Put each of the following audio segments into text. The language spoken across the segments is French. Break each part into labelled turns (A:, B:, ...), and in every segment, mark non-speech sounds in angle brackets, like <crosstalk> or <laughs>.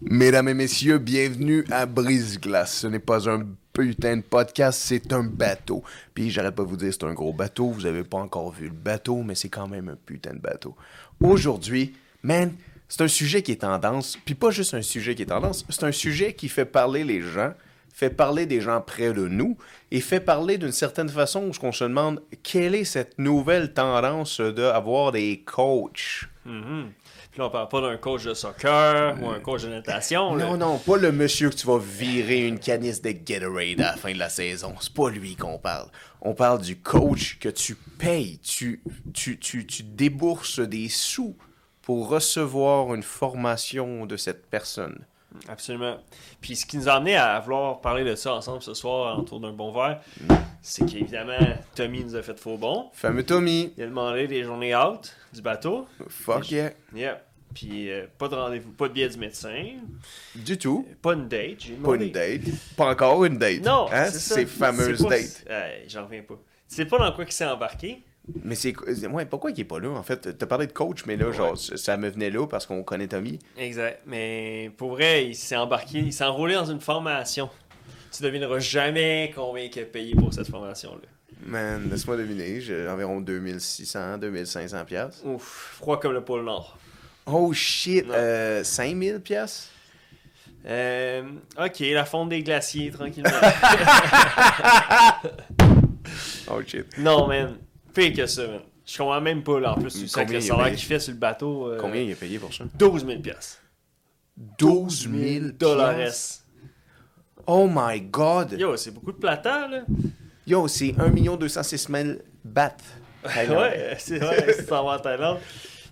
A: Mesdames et messieurs, bienvenue à Brise-Glace. Ce n'est pas un putain de podcast, c'est un bateau. Puis j'arrête pas de vous dire, c'est un gros bateau. Vous avez pas encore vu le bateau, mais c'est quand même un putain de bateau. Aujourd'hui, man, c'est un sujet qui est tendance. Puis pas juste un sujet qui est tendance, c'est un sujet qui fait parler les gens, fait parler des gens près de nous et fait parler d'une certaine façon où on se demande quelle est cette nouvelle tendance d'avoir des coachs.
B: Mhm. Puis là, on parle pas d'un coach de soccer ou un coach de natation. là.
A: Euh, Non, non, pas le monsieur que tu vas virer une canisse de Gatorade à la fin de la saison. C'est pas lui qu'on parle. On parle du coach que tu payes. Tu, tu, tu, tu débourses des sous pour recevoir une formation de cette personne.
B: Absolument. Puis ce qui nous a amené à vouloir parler de ça ensemble ce soir, autour d'un bon verre, c'est qu'évidemment, Tommy nous a fait faux bon.
A: Fameux Tommy.
B: Il a demandé des journées out du bateau.
A: Fuck yeah.
B: Yeah. Puis euh, pas de rendez-vous, pas de billet du médecin,
A: Du tout.
B: pas une date. J'ai
A: Pas
B: demandé.
A: une date. Pas encore une date.
B: Non,
A: Hein,
B: c'est ça.
A: Ces fameuses
B: C'est pas-
A: dates.
B: Hey, J'en reviens pas. Tu sais pas dans quoi qu'il s'est embarqué.
A: Mais c'est. Ouais, pourquoi il est pas là, en fait? T'as parlé de coach, mais là, genre, ça me venait là parce qu'on connaît Tommy.
B: Exact. Mais pour vrai, il s'est embarqué, il s'est enrôlé dans une formation. Tu devineras jamais combien il a payé pour cette formation-là.
A: Man, laisse-moi deviner, j'ai environ 2600, 2500 pièces.
B: Ouf, froid comme le pôle Nord.
A: Oh shit,
B: Non.
A: euh, 5000 pièces
B: Euh, ok, la fonte des
A: <laughs>
B: glaciers, tranquillement.
A: Oh shit.
B: non, man. Pire que ça, man. Je comprends même pas, là. En plus, tu sais que
A: Combien
B: le
A: il a
B: salaire
A: payé?
B: qu'il fait sur le bateau. euh,
A: Combien il a payé pour ça
B: 12 000 piastres.
A: 12
B: dollars.
A: Oh my god.
B: Yo, c'est beaucoup de plata, là.
A: Yo, c'est 1 206 000 bahts. Thaïlande.
B: <laughs> ouais, c'est vrai, c'est s'en va en Thaïlande.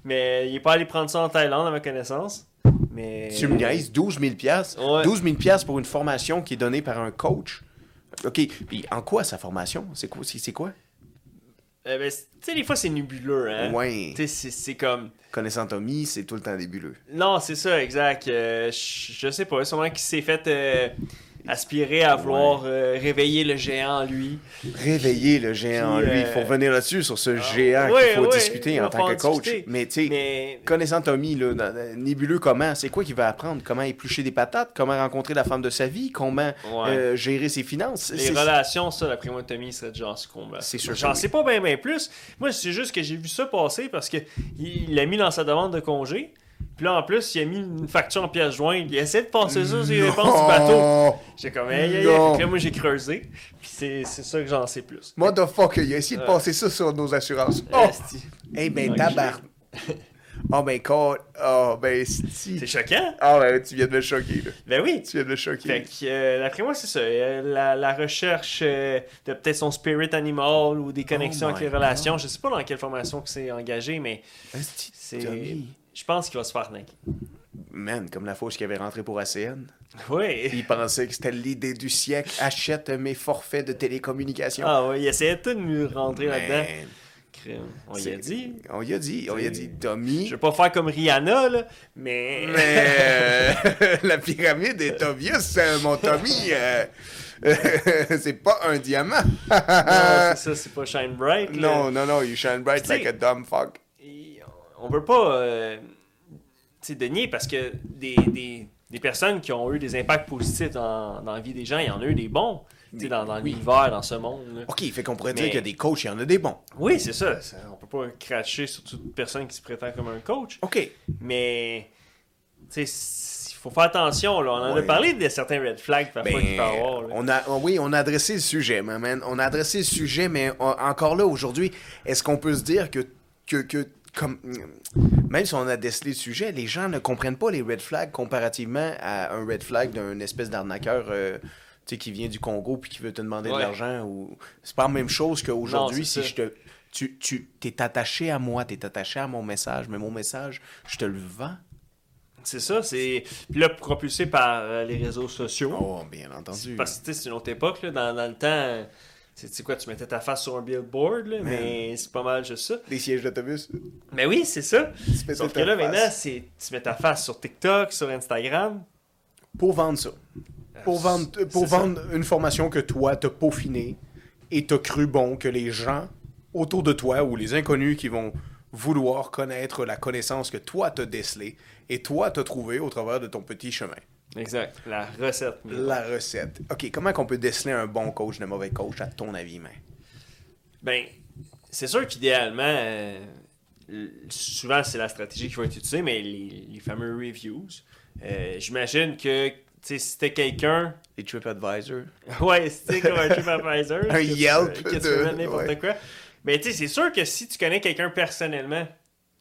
B: Mais il est pas allé prendre ça en Thaïlande, à ma connaissance. Mais.
A: Tu me niaises, 12 000 pièces
B: Ouais.
A: 12 000 pièces pour une formation qui est donnée par un coach. Ok, puis en quoi sa formation C'est quoi, c'est, c'est quoi
B: Euh, ben, c'est- tu sais, des fois, c'est nébuleux, hein.
A: Ouais.
B: Tu sais, c'est- c'est comme.
A: Connaissant Tommy, c'est tout le temps débuleux.
B: Non, c'est ça, exact. Euh, je je sais pas, sûrement qu'il s'est fait euh, aspirer à vouloir euh, réveiller le géant en lui.
A: réveiller le géant
B: Puis,
A: en lui.
B: euh,
A: Faut revenir là-dessus sur ce
B: ah,
A: géant
B: ouais,
A: qu'il faut
B: ouais,
A: discuter
B: on
A: en
B: va
A: tant que
B: en
A: coach.
B: discuter.
A: Mais tu sais,
B: Mais
A: connaissant Tommy, là, dans- dans- nébuleux comment, c'est quoi qu'il va apprendre? Comment éplucher des patates? Comment rencontrer la femme de sa vie? Comment
B: Ouais.
A: euh, gérer ses finances?
B: les
A: C'est-
B: relations, ça, d'après moi, Tommy, il serait du genre succombe.
A: C'est sûr que
B: J'en
A: oui.
B: sais pas bien bien plus. Moi, c'est juste que j'ai vu ça passer parce que il il l'a mis dans sa demande de congé. Puis là, en plus, il a mis une facture en pièce jointe. Il essaie de passer ça sur les
A: Non!
B: dépenses du bateau. J'ai comme, hey, hey, hey.
A: Non.
B: Fait que là, moi, j'ai creusé. Puis c'est c'est ça que j'en sais plus. Euh,
A: Motherfucker, il a essayé de
B: Ouais.
A: passer ça sur nos assurances. Oh!
B: Esti.
A: Eh ben,
B: Ok.
A: tabar... Oh ben, God! Oh ben, si...
B: C'est choquant.
A: Ah ben, tu viens de me choquer, là.
B: Ben oui.
A: Tu viens de me choquer.
B: Fait que, euh, d'après moi, c'est ça. Euh, la, la recherche euh, de peut-être son spirit animal ou des connexions
A: Oh
B: avec
A: my
B: les relations. Je sais pas dans quelle formation que c'est engagé, mais
A: Esti,
B: c'est.
A: Tommy.
B: Je pense qu'il va se faire naquer.
A: Man, comme la fois où il avait rentré pour ACN.
B: <laughs> Oui.
A: Il pensait que c'était l'idée du siècle. Achète mes forfaits de télécommunications.
B: Ah ouais, il essayait tout de nous rentrer
A: Man,
B: là-dedans. Crime. On y a
A: c'est-
B: dit.
A: hein. On y a dit, on y a dit, Tommy.
B: Je vais pas faire comme Rihanna, là, mais.
A: Mais euh, <laughs> la pyramide est obvious, euh, mon Tommy. euh, <laughs> euh, c'est pas un diamant.
B: <laughs>
A: <laughs>
B: non, c'est ça, c'est pas Shine Bright. là.
A: euh, non, non, non, you shine bright
B: Tu sais-
A: like a dumb fuck.
B: Et on veut pas euh, tu sais, dénier parce que des, des, des personnes qui ont eu des impacts positifs dans, dans la vie des gens, il y en a eu des bons tu sais, dans, dans l'univers, dans ce monde. là.
A: Ok, fait qu'on pourrait
B: Mais-
A: dire qu'il y a des coachs, il y en a des bons.
B: Oui, c'est ça. ça, On peut pas cracher sur toute personne qui se prétend comme un coach.
A: Ok.
B: Mais tu sais, il faut faire attention. là. On en a
A: Ouais.
B: parlé de certains red flags parfois
A: Ben,
B: qu'il peut avoir. là.
A: on a, oh oui, on a adressé le sujet, ma man. On a adressé le sujet, mais on- encore là, aujourd'hui, est-ce qu'on peut se dire que, que, que comme, même si on a décelé le sujet, les gens ne comprennent pas les red flags comparativement à un red flag d'un espèce d'arnaqueur euh, tu sais, qui vient du Congo puis qui veut te demander
B: Ouais.
A: de l'argent. ou C'est pas la même chose qu'aujourd'hui
B: Non, c'est
A: si
B: ça.
A: je te. Tu, tu t'es attaché à moi, t'es attaché à mon message, mais mon message, je te le vends.
B: C'est ça. c'est Puis là, propulsé par euh, les réseaux sociaux.
A: Oh, bien entendu.
B: Parce que tu sais, c'est une autre époque, là, dans, dans le temps, euh, tu sais, tu sais quoi, tu mettais ta face sur un billboard, là, mais c'est pas mal juste ça.
A: Des sièges d'autobus,
B: Mais oui, c'est ça.
A: mets
B: Sauf
A: sur
B: que
A: ta
B: là,
A: face.
B: maintenant, c'est tu mets ta face sur TikTok, sur Instagram. Euh,
A: pour vendre ça. Pour vendre, euh, pour
B: c'est ça.
A: vendre une formation que toi, t'as peaufinée et t'as cru bon que les gens autour de toi ou les inconnus qui vont vouloir connaître la connaissance que toi t'as décelée et toi t'as trouvée au travers de ton petit chemin.
B: Exact. La recette.
A: La recette. OK, comment qu'on peut déceler un bon coach d'un mauvais coach, à ton avis, man?
B: Ben, c'est sûr qu'idéalement, euh, l- souvent c'est la stratégie qui va être utilisée, mais les, les fameux reviews, euh, j'imagine que tu sais, si t'es quelqu'un
A: Les TripAdvisor.
B: <laughs> Ouais, c'est comme un TripAdvisor. que tu-
A: Yelp
B: Que tu
A: de-
B: peux mettre n'importe
A: ouais.
B: quoi. Mais tu sais, c'est sûr que si tu connais quelqu'un personnellement,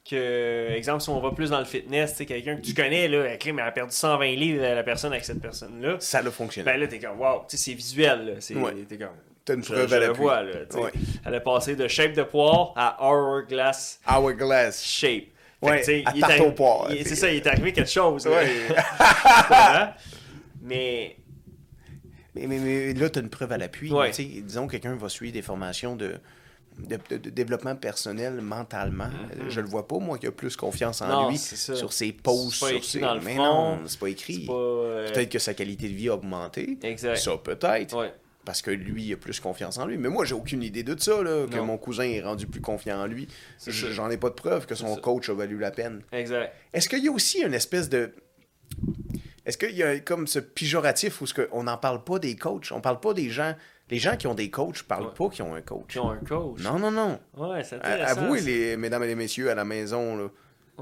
B: que, exemple, si on va plus dans le fitness, tu sais, quelqu'un que tu connais, là, elle, crime, elle a perdu 120 livres, euh, la personne avec cette personne-là,
A: Ça l'a fonctionné.
B: ben là, t'es comme, wow, tu sais, c'est visuel, là. C'est,
A: Ouais.
B: T'es comme,
A: T'as une
B: je,
A: preuve
B: je
A: à
B: le
A: l'appui.
B: vois, là. tu sais.
A: Ouais.
B: Elle a passé de shape de poire à hourglass
A: Hourglass.
B: shape. Fait
A: Ouais,
B: que, tu sais,
A: à
B: il est
A: tarte
B: arri-
A: aux poires,
B: il-
A: tu
B: C'est
A: sais.
B: ça, il est arrivé quelque chose. là.
A: euh, Ouais.
B: <laughs> Voilà. Mais
A: Mais, mais, mais là, tu as une preuve à l'appui.
B: Ouais.
A: Tu sais, Disons, quelqu'un va suivre des formations de, de, de- de développement personnel mentalement. Euh, Je le vois pas, moi, qui a plus confiance en
B: Mhm. Non,
A: lui
B: c'est ça.
A: sur ses pauses,
B: C'est pas
A: sur
B: écrit
A: ses.
B: dans le
A: mais
B: front.
A: non, c'est pas écrit.
B: c'est pas. euh,
A: Peut-être que sa qualité de vie a augmenté.
B: Exact.
A: Ça, peut-être.
B: Ouais.
A: Parce que lui, il a plus confiance en lui. Mais moi, j'ai aucune idée de ça, là, que
B: Non.
A: mon cousin est rendu plus confiant en lui.
B: C'est
A: Je-
B: ça.
A: J'en ai pas de preuve que son
B: ça.
A: coach a valu la peine.
B: Exact.
A: Est-ce qu'il y a aussi une espèce de. Est-ce qu'il y a comme ce péjoratif où ce que- on n'en parle pas des coachs? On parle pas des gens. Les gens qui ont des coachs parlent
B: Ouais.
A: pas qu'ils ont un coach.
B: Qui ont un coach.
A: Non, non, non.
B: Ouais, c'est
A: À-
B: intéressant.
A: Avouez,
B: ça.
A: les, mesdames et les messieurs, à la maison, là.
B: Ouais.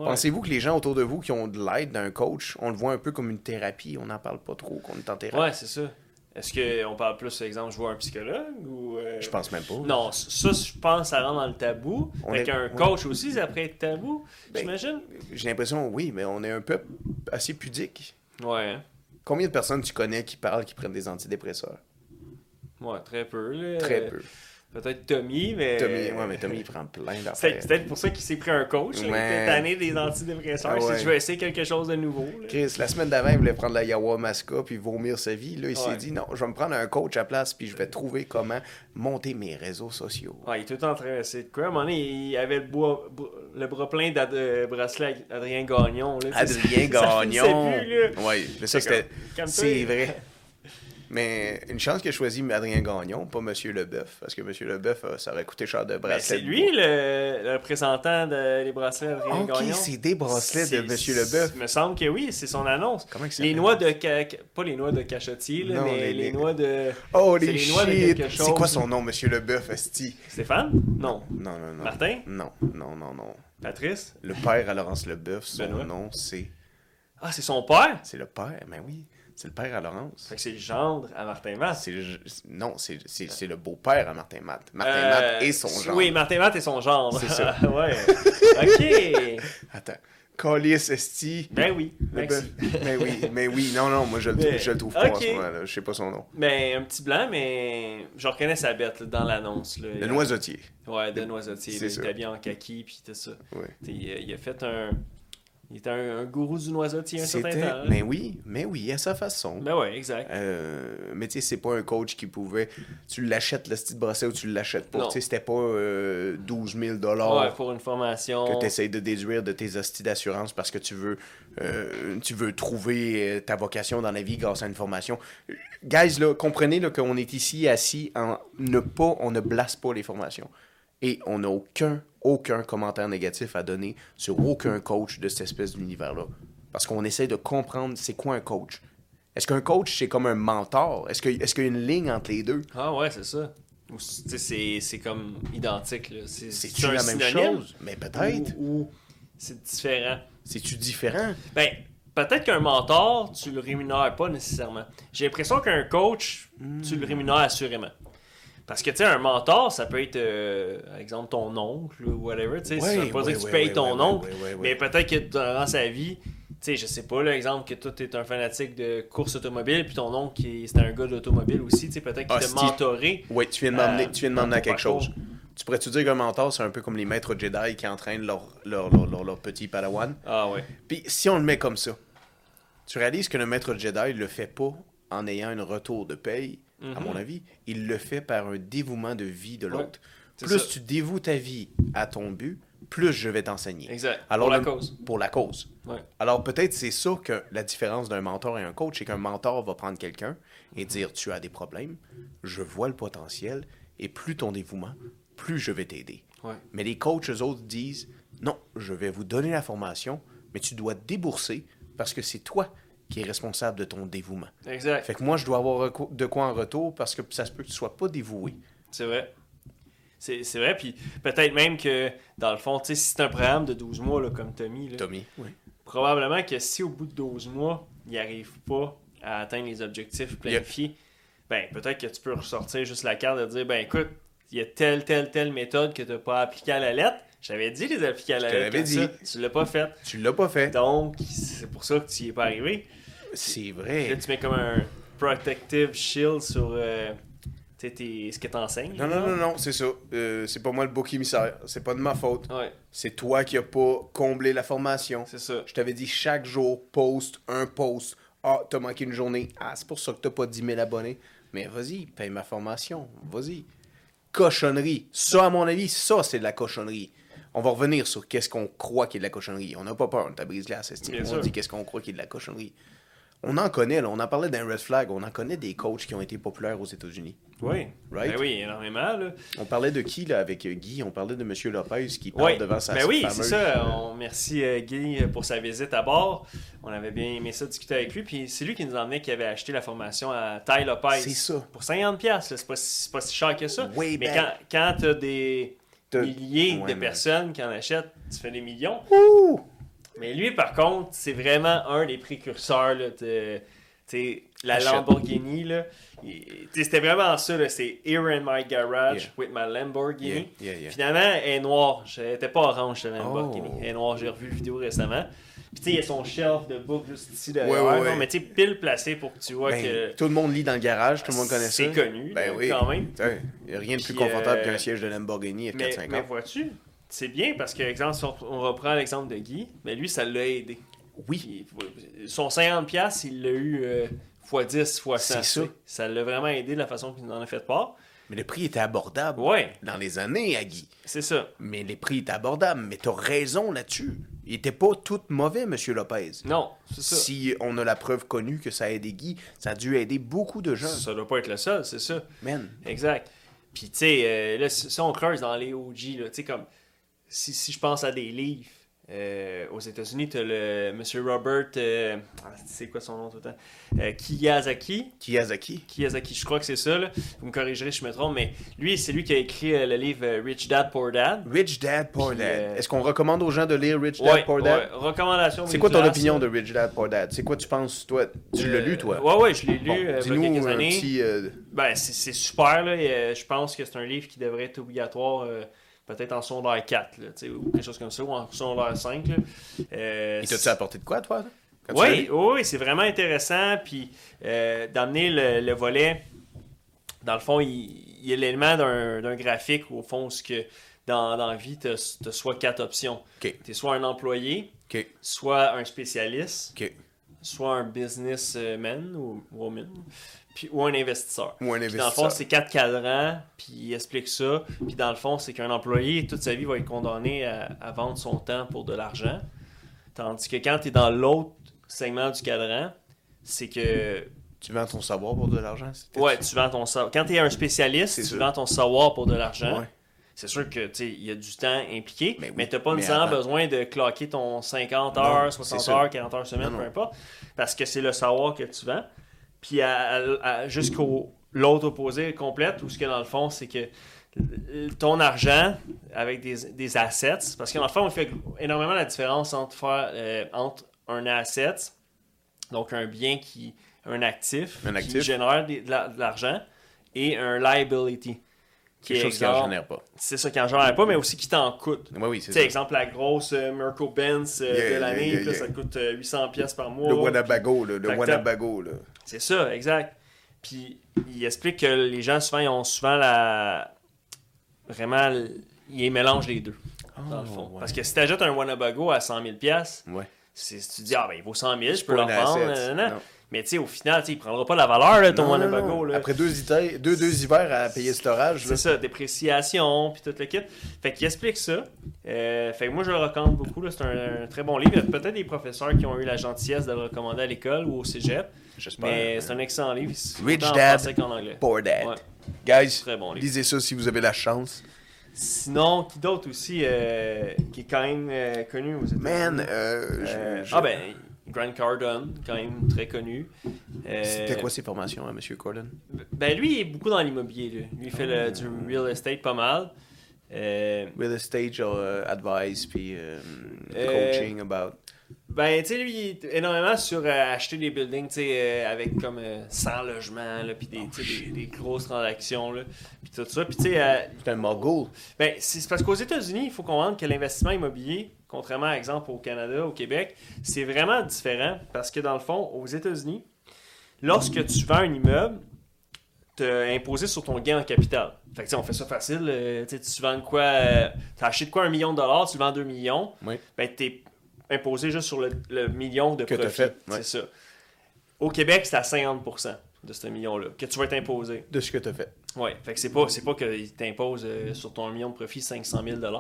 A: Pensez-vous que les gens autour de vous qui ont de l'aide d'un coach, on le voit un peu comme une thérapie, on n'en parle pas trop qu'on est en thérapie?
B: Ouais, c'est ça. Est-ce qu'on parle plus, exemple, je vois un psychologue ou. euh,
A: Je pense même pas.
B: Non, ça, je pense, ça rentre dans le tabou.
A: On
B: fait
A: est-
B: qu'un
A: ouais.
B: coach aussi, ça pourrait être tabou,
A: Ben-
B: j'imagine.
A: J'ai l'impression, oui, mais on est un peuple assez pudique.
B: Ouais, hein.
A: Combien de personnes tu connais qui parlent, qui prennent des antidépresseurs?
B: ouais, très peu. là.
A: Très peu.
B: Peut-être Tommy, mais.
A: Tommy, ouais, mais Tommy, il prend plein
B: C'est
A: d'affaires.
B: c'est peut-être pour euh, <laughs> ça qu'il s'est pris un coach. Il
A: Ouais.
B: était tanné des antidépresseurs.
A: Ah ouais.
B: Si je veux essayer quelque chose de nouveau. là.
A: Chris, la semaine d'avant, il voulait prendre la ayahuasca puis vomir sa vie. Là, il s'est
B: Ouais.
A: dit non, je vais me prendre un coach à place puis je vais trouver comment monter mes réseaux sociaux.
B: Ouais, il est tout le temps en train d'essayer de quoi. À un moment donné, il avait le, bois- bo- le bras plein d'ad- de bracelet Adrien Gagnon. Là,
A: Adrien
B: <laughs> Ça- ça
A: Gagnon.
B: finissait plus, là.
A: Oui, mais ça,
B: C'est comme-
A: c'était.
B: calme-toi.
A: C'est vrai. Mais une chance qu'il a choisi Adrien Gagnon, pas Monsieur Leboeuf, parce que Monsieur Leboeuf, euh, ça aurait coûté cher de
B: Ben,
A: bracelet.
B: c'est lui le, le représentant des bracelets Adrien
A: Ok,
B: Gagnon.
A: c'est des bracelets de
B: C'est-
A: Monsieur Leboeuf.
B: Il me semble que oui, c'est son annonce.
A: Comment que ça
B: Les
A: s'appelle?
B: noix de. ca- ca- Pas les noix de cachotier, là,
A: Non,
B: mais
A: les-
B: les,
A: les-
B: noix de.
A: Oh,
B: c'est
A: les
B: les noix de quelque
A: shit!
B: chose.
A: C'est quoi son nom, Monsieur Leboeuf, Asti?
B: Stéphane Non.
A: Non, non, non.
B: Martin?
A: Non, non, non, non.
B: Patrice
A: Le père à Laurence Leboeuf, son
B: Benoît?
A: nom, c'est.
B: Ah, c'est son père
A: C'est le père, mais oui. C'est le père à Laurence.
B: Fait que c'est le gendre à Martin Matt.
A: C'est le- non, c'est c'est- c'est le beau-père à Martin Matt. Martin
B: Euh,
A: Matt et son genre.
B: Oui, Martin Matt et son gendre.
A: C'est ça.
B: <laughs> ouais. Ok.
A: Attends. Colis Esti.
B: Ben oui,
A: le
B: merci.
A: bœuf. Mais oui, mais oui. Non, non, moi je le,
B: Mais-
A: je le trouve pas en
B: ok.
A: ce moment-là. Je sais pas son nom.
B: Mais Ben, un petit blanc, mais je reconnais sa bête là, dans l'annonce. là.
A: Le noisetier.
B: Ouais, de Noisetier.
A: C'est
B: là, Il
A: ça.
B: était bien en kaki, puis tout ça.
A: Oui.
B: T'sais, Il, a- il a fait un. Il était un, un gourou du noisetier un certain
A: C'était.
B: temps. là.
A: Mais oui, mais oui, à sa façon.
B: Ben ouais, exact.
A: Euh, mais tu sais, c'est pas un coach qui pouvait. Tu l'achètes le style bracelet ou tu l'achètes pas.
B: Non.
A: Tu sais, c'était pas euh, 12 000
B: ouais, pour une formation.
A: que tu essayes de déduire de tes hosties d'assurance parce que tu veux, euh, tu veux trouver euh, ta vocation dans la vie grâce à une formation. Guys, là, comprenez là, qu'on est ici assis en ne pas, on ne blasse pas les formations. Et on n'a aucun, aucun commentaire négatif à donner sur aucun coach de cette espèce d'univers-là. Parce qu'on essaie de comprendre c'est quoi un coach. Est-ce qu'un coach, c'est comme un mentor? Est-ce que- est-ce qu'il y a une ligne entre les deux?
B: Ah ouais, c'est ça. Ou c'est- t'sais, c'est c'est comme identique. là. C'est
A: C'est-tu la même chose? Mais peut-être.
B: Ou, ou c'est différent.
A: C'est-tu différent?
B: Ben, peut-être qu'un mentor, tu le rémunères pas nécessairement. J'ai l'impression qu'un coach, tu
A: Hmm.
B: le rémunères assurément. Parce que, tu sais, un mentor, ça peut être, euh, par exemple, ton oncle ou whatever. Tu sais, ça
A: Ouais,
B: veut pas
A: ouais,
B: dire que tu
A: ouais,
B: payes
A: ouais,
B: ton
A: ouais,
B: oncle,
A: ouais, ouais, ouais.
B: mais peut-être que durant sa vie, tu sais, je sais pas, l'exemple que toi, t'es un fanatique de course automobile, puis ton oncle, qui- c'était un gars d'automobile aussi, tu sais, peut-être qu'il
A: Ah,
B: t'a
A: c'est-
B: mentoré.
A: Oui, tu viens de m'emmener,
B: Euh,
A: tu viens de m'emmener à
B: ton
A: quelque
B: parcours.
A: chose. Tu pourrais-tu dire qu'un mentor, c'est un peu comme les maîtres Jedi qui entraînent leur, leur, leur, leur- leur petit padawan?
B: Ah ouais.
A: Puis si on le met comme ça, tu réalises que le maître Jedi le fait pas en ayant un retour de paye, à
B: Mm-hmm.
A: mon avis. Il le fait par un dévouement de vie de l'autre.
B: c'est
A: plus
B: ça.
A: tu dévoues ta vie à ton but, plus je vais t'enseigner.
B: Exact. Pour la cause.
A: Pour la cause.
B: Ouais.
A: Alors peut-être c'est ça que la différence d'un mentor et un coach, c'est qu'un mentor va prendre quelqu'un et dire tu as des problèmes, je vois le potentiel et plus ton dévouement, plus je vais t'aider.
B: Ouais.
A: Mais les coachs eux autres disent Non, je vais vous donner la formation, mais tu dois débourser parce que c'est toi qui es responsable de ton dévouement.
B: Exact.
A: Fait que moi, je dois avoir reco- de quoi en retour parce que ça se peut que tu sois pas dévoué.
B: C'est vrai. C'est c'est vrai, puis peut-être même que, dans le fond, tu sais, si c'est un programme de 12 mois, là, comme Tommy, là,
A: Tommy, oui.
B: probablement que si au bout de 12 mois, il n'arrive pas à atteindre les objectifs planifiés, ben peut-être que tu peux ressortir juste la carte de dire ben écoute, il y a telle, telle, telle méthode que tu n'as pas appliquée à la lettre. J'avais dit les appliquer à la
A: Je te
B: lettre.
A: l'avais
B: comme ça. Tu l'as pas fait.
A: Tu l'as pas fait.
B: Donc, c'est pour ça que tu n'y es pas arrivé.
A: C'est
B: Puis Là,
A: vrai.
B: tu mets comme un protective shield sur euh, tu sais, tes- ce que tu enseignes.
A: Non, non, non, non, c'est ça. Euh, c'est pas moi le bouc émissaire. C'est pas de ma faute.
B: Ouais,
A: C'est toi qui as pas comblé la formation.
B: c'est ça.
A: Je t'avais dit chaque jour, post, un post. Ah, t'as manqué une journée. Ah, c'est pour ça que t'as pas 10 000 abonnés. Mais vas-y, paye ma formation. Vas-y. Cochonnerie. Ça, à mon avis, ça, c'est de la cochonnerie. On va revenir sur qu'est-ce qu'on croit qu'il est de la cochonnerie. On n'a pas peur, on t'a brise glace, estime.
B: Bien
A: On
B: sûr.
A: dit qu'est-ce qu'on croit qu'il est de la cochonnerie. On en connaît, là. On en parlait d'un red flag. On en connaît des coachs qui ont été populaires aux États-Unis.
B: Oui.
A: Right?
B: Ben oui, énormément. Là.
A: On parlait de qui, là, avec euh, Guy On parlait de Monsieur Lopez qui parle
B: Ouais.
A: devant sa
B: ben oui, c'est
A: fameuse-
B: ça. On merci euh, Guy pour sa visite à bord. On avait bien aimé ça discuter avec lui. Puis c'est lui qui nous emmenait qui avait acheté la formation à Ty Lopez.
A: C'est ça.
B: Pour 50$, là. c'est pas, si- c'est pas si cher que ça.
A: Way
B: Mais
A: back.
B: quand, quand t'as des
A: T'as-
B: milliers
A: Ouais,
B: de
A: mais-
B: personnes qui en achètent, tu fais des millions.
A: Ouh!
B: Mais lui, par contre, c'est vraiment un des précurseurs là, de tu sais, la
A: Achète.
B: Lamborghini. là. Il- tu sais, C'était vraiment ça. là, C'est Here in my garage
A: Yeah.
B: with my Lamborghini.
A: Yeah, yeah, yeah.
B: Finalement, elle est noire. Elle était pas orange, cette Lamborghini.
A: Oh.
B: Elle est noire. J'ai revu la vidéo récemment. Puis tu sais, il y a son shelf de book juste ici derrière.
A: Ouais, ouais,
B: Non,
A: ouais.
B: mais tu sais, pile placé pour que tu vois
A: Ben,
B: que
A: Tout le monde lit dans le garage, tout le monde connaît ça.
B: c'est connu
A: Ben
B: là,
A: oui.
B: quand même.
A: Il n'y a rien de plus
B: Puis,
A: confortable
B: euh,
A: qu'un siège de Lamborghini
B: Mais, mais
A: F450.
B: vois-tu, c'est bien parce que, exemple, si on, on reprend l'exemple de Guy, mais lui, ça l'a aidé.
A: Oui,
B: Puis, son 50$, il l'a eu euh, x 10, x 100.
A: C'est
B: tu sais.
A: ça.
B: Ça l'a vraiment aidé de la façon qu'il en a fait part.
A: mais le prix était abordable
B: Ouais,
A: dans les années, Agui.
B: c'est ça.
A: Mais les prix étaient abordables. Mais t'as raison là-dessus. Il était pas tout mauvais, Monsieur Lopez.
B: Non, c'est ça.
A: Si on a la preuve connue que ça a aidé Guy, ça a dû aider beaucoup de gens.
B: Ça doit pas être le seul, c'est ça.
A: Man,
B: Exact. Puis, tu sais, euh, là, si si on creuse dans les OG, là, tu sais, comme, si, si je pense à des livres, euh, aux États-Unis, t'as le Monsieur Robert, euh, ah, c'est quoi son nom tout le temps? Euh, Kiyazaki.
A: Kiyosaki.
B: Kiyosaki, je crois que c'est ça. là. Vous me corrigerez si je me trompe, mais lui, c'est lui qui a écrit euh, le livre euh, Rich Dad Poor Dad.
A: Rich Dad Poor
B: Puis,
A: Dad.
B: euh,
A: Est-ce qu'on recommande aux gens de lire Rich Dad
B: Ouais,
A: Poor Dad?
B: ouais, recommandation.
A: C'est quoi ton
B: multiplace,
A: opinion
B: là.
A: de Rich Dad Poor Dad? C'est quoi tu penses, toi? Tu l'as lu, toi?
B: Euh, Ouais, ouais, je l'ai lu
A: Bon,
B: euh, il y a
A: Dis-nous
B: quelques
A: un
B: années.
A: petit... euh,
B: Ben, c'est c'est super, là. et, euh, je pense que c'est un livre qui devrait être obligatoire. euh, Peut-être en secondaire 4, là, tu sais, ou quelque chose comme ça, ou en secondaire 5. Là. Euh,
A: Il t'a-tu apporté de quoi, toi? quand tu l'as
B: Oui,
A: lu?
B: oui, c'est vraiment intéressant. Puis euh, d'amener le, le volet, dans le fond, il, il y a l'élément d'un d'un graphique où, au fond, ce que dans, dans la vie, tu as, soit quatre options.
A: OK.
B: Tu es soit un employé,
A: OK.
B: soit un spécialiste,
A: OK.
B: soit un businessman ou woman, puis, ou un investisseur.
A: Ou un
B: Puis dans le
A: investisseur.
B: fond, c'est quatre cadrans, puis il explique ça. Puis dans le fond, c'est qu'un employé, toute sa vie, va être condamné à, à vendre son temps pour de l'argent. Tandis que quand tu es dans l'autre segment du cadran, c'est que
A: Tu vends ton savoir pour de l'argent? c'était
B: ouais,
A: ça?
B: tu vends ton savoir. Quand tu es un spécialiste,
A: C'est
B: tu
A: sûr.
B: vends ton savoir pour de l'argent.
A: Ouais.
B: C'est sûr que tu sais, il y a du temps impliqué,
A: Mais oui,
B: mais tu n'as pas
A: mais
B: nécessairement
A: avant.
B: besoin de cloquer ton 50
A: Non,
B: heures,
A: c'est
B: 60
A: sûr.
B: heures, 40 heures semaine,
A: Non,
B: peu
A: non.
B: importe, parce que c'est le savoir que tu vends. Puis à- à- à- jusqu'au l'autre opposé complète, où ce que dans le fond, c'est que euh, ton argent avec des, des assets, parce qu'en le fond, on fait énormément la différence entre faire euh, entre un asset, donc un bien qui un actif,
A: Un
B: qui
A: actif.
B: génère des- de la- de l'argent, et un liability. qui
A: Quelque
B: est
A: chose qui en
B: exemple-
A: génère pas.
B: c'est ça qui en génère pas, mais aussi qui t'en coûte.
A: Oui, oui,
B: Tu
A: c'est ça.
B: sais, exemple, la grosse euh, Mirko Benz euh,
A: Yeah,
B: de l'année,
A: yeah,
B: puis là,
A: yeah,
B: ça te coûte euh, 800 pièces par mois.
A: Le Wanabago, là, le
B: Fait que
A: Wanabago, là.
B: C'est ça, exact. Puis il explique que les gens, souvent, ils ont souvent la. Vraiment, l- ils mélangent les deux, dans le fond.
A: Oh, ouais.
B: Parce que si t'achètes un Wanabago à 100 000 pièces,
A: Ouais.
B: c'est- tu dis, ah ben, il vaut 100 000, je peux
A: pas
B: le
A: un
B: revendre.
A: asset,
B: nanana.
A: non.
B: Mais tu sais, au final, tu sais, il prendra pas la valeur, là, ton
A: Non, non,
B: Wanabago.
A: non.
B: là.
A: Après deux, hita- deux, deux hivers à payer cet orage, là.
B: C'est ça, dépréciation, puis tout le kit. Fait qu'il explique ça. Euh, fait que moi, je le recommande beaucoup. là. C'est un, un très bon livre. Il y a peut-être des professeurs qui ont eu la gentillesse de le recommander à l'école ou au cégep.
A: J'espère.
B: Mais c'est un excellent livre. C'est
A: Rich
B: autant en
A: Dad,
B: français qu'en anglais.
A: Poor Dad.
B: Ouais.
A: Guys,
B: Très bon livre.
A: lisez ça si vous avez la chance.
B: Sinon, qui d'autre aussi euh, qui est quand même euh, connu aux États-Unis
A: Man, euh, je-
B: Euh,
A: je-
B: Ah ben, Grant Cardone, quand même très connu. Euh,
A: C'était quoi ses formations, hein, Monsieur Corden?
B: Ben lui, il est beaucoup dans l'immobilier. Lui. Lui, il fait
A: Ah.
B: le- du real estate pas mal. Euh,
A: Real estate, genre euh, advice, puis euh,
B: Euh,
A: coaching about.
B: ben, tu sais, lui, il est énormément sur euh, acheter des buildings, tu sais, euh, avec comme euh, 100 logements, là, puis des, tu sais, des, des grosses transactions, là, puis tout ça. Puis, tu sais, euh,
A: C'est un mogul.
B: Ben, c'est c'est parce qu'aux États-Unis, il faut comprendre que l'investissement immobilier, contrairement, par exemple, au Canada, au Québec, c'est vraiment différent parce que, dans le fond, aux États-Unis, lorsque tu vends un immeuble, tu imposé sur ton gain en capital. Fait que, tu sais, on fait ça facile. euh, tu sais, tu vends de quoi... tu achètes quoi un million de dollars, tu le vends deux millions.
A: Oui.
B: Ben, tu es imposé juste sur le, le million de
A: Que t'as
B: profit.
A: fait, ouais.
B: C'est ça. Au Québec, c'est à 50 de ce million-là que tu vas être imposé.
A: De ce que t'as fait.
B: Ouais, fait que c'est pas, c'est pas qu'ils t'imposent euh, sur ton million de profit 500 000 là.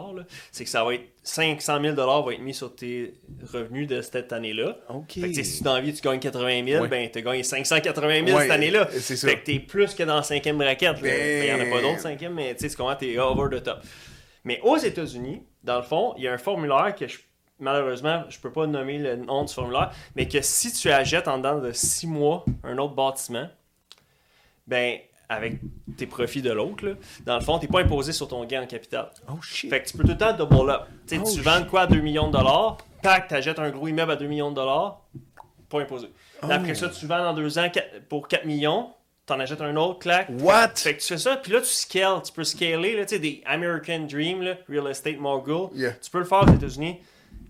B: C'est que ça va être 500 000 va être mis sur tes revenus de cette année-là.
A: OK.
B: Fait que tu sais, si dans la vie tu gagnes 80 000,
A: Ouais.
B: ben t'as gagné 580 000
C: Ouais,
B: cette année-là.
C: c'est ça.
B: Fait que t'es plus que dans la cinquième braquette. là.
C: Ben-
B: Fait, Il y en a pas d'autres cinquième, mais tu sais, c'est comment t'es over the top. Mais aux États-Unis, dans le fond, il y a un formulaire que je- malheureusement, je peux pas nommer le nom du formulaire, mais que si tu achètes en dedans de 6 mois un autre bâtiment, ben avec tes profits de l'autre, là, dans le fond, t'es pas imposé sur ton gain en capital.
A: Oh shit.
B: Fait que tu peux tout le temps double up. Tu sais,
A: Oh,
B: tu vends de quoi à 2 millions de dollars, tac, t'achètes un gros immeuble à 2 millions de dollars, pas imposé. Puis Après ça, tu vends dans 2 ans quatre- pour 4 millions, t'en achètes un autre, clac.
C: What?
B: Fait que tu fais ça, puis là tu scales, tu peux scaler, là, tu sais, des American Dream, là, Real Estate Mogul,
C: Yeah.
B: tu peux le faire aux États-Unis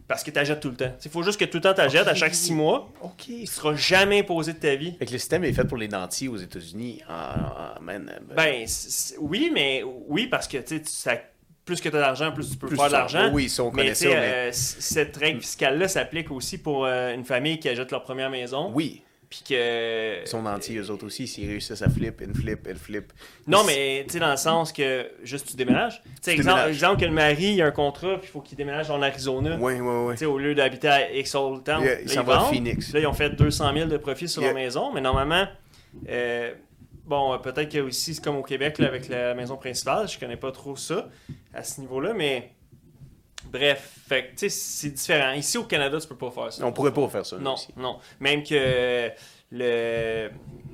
B: parce que t'achètes tout le temps. Il faut juste que tout le temps t'achètes à chaque 6 mois,
A: OK.
B: tu seras jamais imposé de ta vie.
A: Fait que le système est fait pour les dentiers aux États-Unis. Ah, ah, man. euh,
B: Ben, c- c- oui, mais oui, parce que tu sais, tu- ça- plus que tu as d'argent, plus tu peux
A: Plus
B: faire de
A: ça-
B: l'argent.
A: oui, ça, on
B: mais,
A: connaît
B: tu
A: ça,
B: sais,
A: mais- Hmm.
B: euh, c- cette règle fiscale-là s'applique aussi pour euh, une famille qui achète leur première maison.
A: Oui.
B: Puis que.
A: Ils sont dentiers, eux autres aussi. S'ils réussissent à flip, une flip, une flip.
B: Non, mais tu sais, dans le sens que juste tu déménages. Tu sais, exemple,
A: déménages.
B: exemple que le mari, il a un contrat, puis il faut qu'il déménage en Arizona.
C: Ouais, ouais, ouais.
B: Tu sais, au lieu d'habiter à Exoltown, Town,
A: Yeah, il s'en va à Phoenix.
B: Là, ils ont fait 200 000 de profit sur
C: Yeah.
B: la maison, mais normalement, euh, bon, euh, peut-être que aussi, c'est comme au Québec là, avec la maison principale, je connais pas trop ça à ce niveau-là, mais bref, fait que, tu sais, c'est différent. Ici au Canada, tu peux pas faire ça.
A: On pourrait pas faire ça. nous,
B: non,
A: ici.
B: non. Même que le,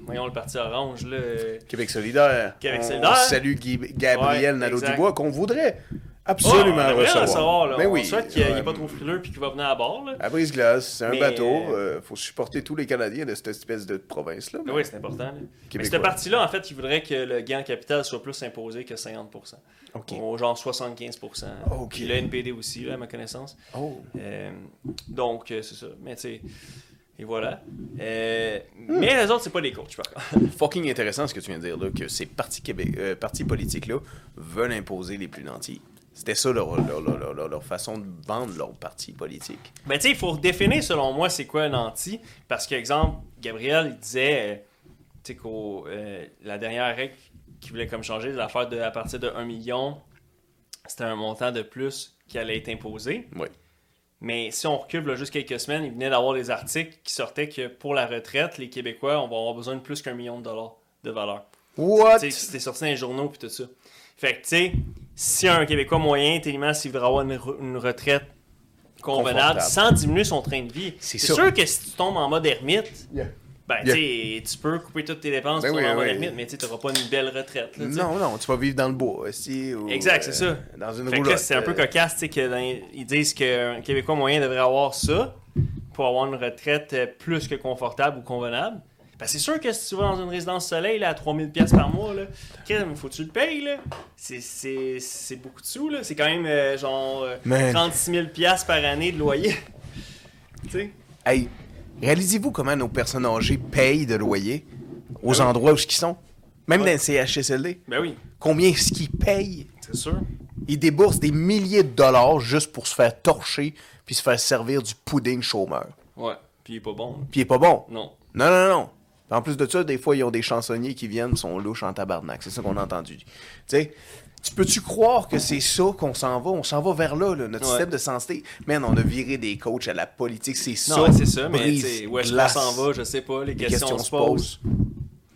B: voyons le parti orange là. euh,
A: Québec solidaire.
B: Québec
A: on,
B: solidaire.
A: on salue Guy- Gabriel
B: Ouais,
A: Nadeau-Dubois, qu'on voudrait
B: oh, on
A: absolument
B: devrait le
A: recevoir.
B: savoir, là.
A: Ben
B: on
A: oui,
B: souhaite qu'il n'est
A: euh,
B: pas trop frileux puis qu'il va venir à bord. Là.
A: À brise-glace, c'est un
B: Mais,
A: bateau.
B: euh,
A: euh, faut supporter tous les Canadiens de cette espèce de province-là. mais-
B: Oui, c'est important. là. Mais
A: Québécois.
B: cette partie-là, en fait, il voudrait que le gain en capital soit plus imposé que 50
A: OK.
B: Au genre 75
A: OK.
B: Puis le NPD aussi, là, à ma connaissance.
A: Oh.
B: Euh, donc, euh, c'est ça. Mais tu sais, et voilà. Euh,
A: Hmm.
B: Mais les autres, c'est pas des coachs, par contre.
A: Fucking intéressant ce que tu viens de dire, là, que ces partis, Québec, euh, partis politiques-là veulent imposer les plus nantis. C'était ça leur, leur, leur- leur- leur- leur façon de vendre leur parti politique.
B: Mais Ben, tu sais, il faut définir, selon moi, c'est quoi un anti. Parce qu'exemple, Gabriel, il disait, euh, tu sais, qu'au euh, la dernière règle qu'il voulait comme changer, l'affaire de à partir de 1 million, c'était un montant de plus qui allait être imposé.
A: Oui.
B: Mais si on recule là, juste quelques semaines, il venait d'avoir des articles qui sortaient que pour la retraite, les Québécois, on va avoir besoin de plus qu'un million de dollars de valeur.
C: What?
B: Tu sais, C'était sorti dans les journaux puis tout ça. Fait que, tu sais, si un Québécois moyen, intelligent, s'il voudrait avoir une, re- une retraite convenable,
A: Confortable.
B: sans diminuer son train de vie,
A: C'est
B: c'est
A: ça.
B: sûr que si tu tombes en mode ermite,
C: Yeah.
B: ben, tu sais, tu peux couper toutes tes dépenses
C: Ben
B: pour
C: oui,
B: tomber en mode
C: oui.
B: ermite, mais tu n'auras pas une belle retraite. là, tu sais.
A: Non, non, tu vas vivre dans le bois. aussi, ou, euh,
B: Exact, c'est ça.
A: Dans une
B: Fait que
A: roulotte. euh.
B: là, c'est un peu cocasse, tu sais, que dans- ils disent qu'un Québécois moyen devrait avoir ça pour avoir une retraite euh, plus que confortable ou convenable. Ben, c'est sûr que si tu vas dans une résidence soleil là, à 3000 pièces par mois, là, crème, faut que tu le payes. Là. C'est, c'est, c'est beaucoup de sous. Là. C'est quand même euh, genre euh,
C: Man.
B: 36 000 pièces par année de loyer. <laughs> tu sais?
A: Hey, réalisez-vous comment nos personnes âgées payent de loyer aux endroits où ils sont? Même
B: Ah Ouais.
A: dans les CHSLD.
B: Ben oui,
A: Combien est-ce qu'ils payent?
B: c'est sûr.
A: Ils déboursent des milliers de dollars juste pour se faire torcher puis se faire servir du pudding chômeur.
B: Ouais, puis il est pas bon.
A: Puis il est pas bon.
B: Non.
A: Non, non, non. En plus de ça, des fois, ils ont des chansonniers qui viennent, sont louches en tabarnak. C'est ça qu'on a entendu. Tu sais, tu peux-tu croire que c'est ça qu'on s'en va? On s'en va vers là, là, notre
B: Ouais.
A: système de santé. Man, on a viré des coachs à la politique, c'est ça.
B: Non, c'est ça, mais
A: Brise
B: tu sais, où est-ce qu'on
A: glace.
B: s'en va, je sais pas, les,
A: Les
B: questions, se posent.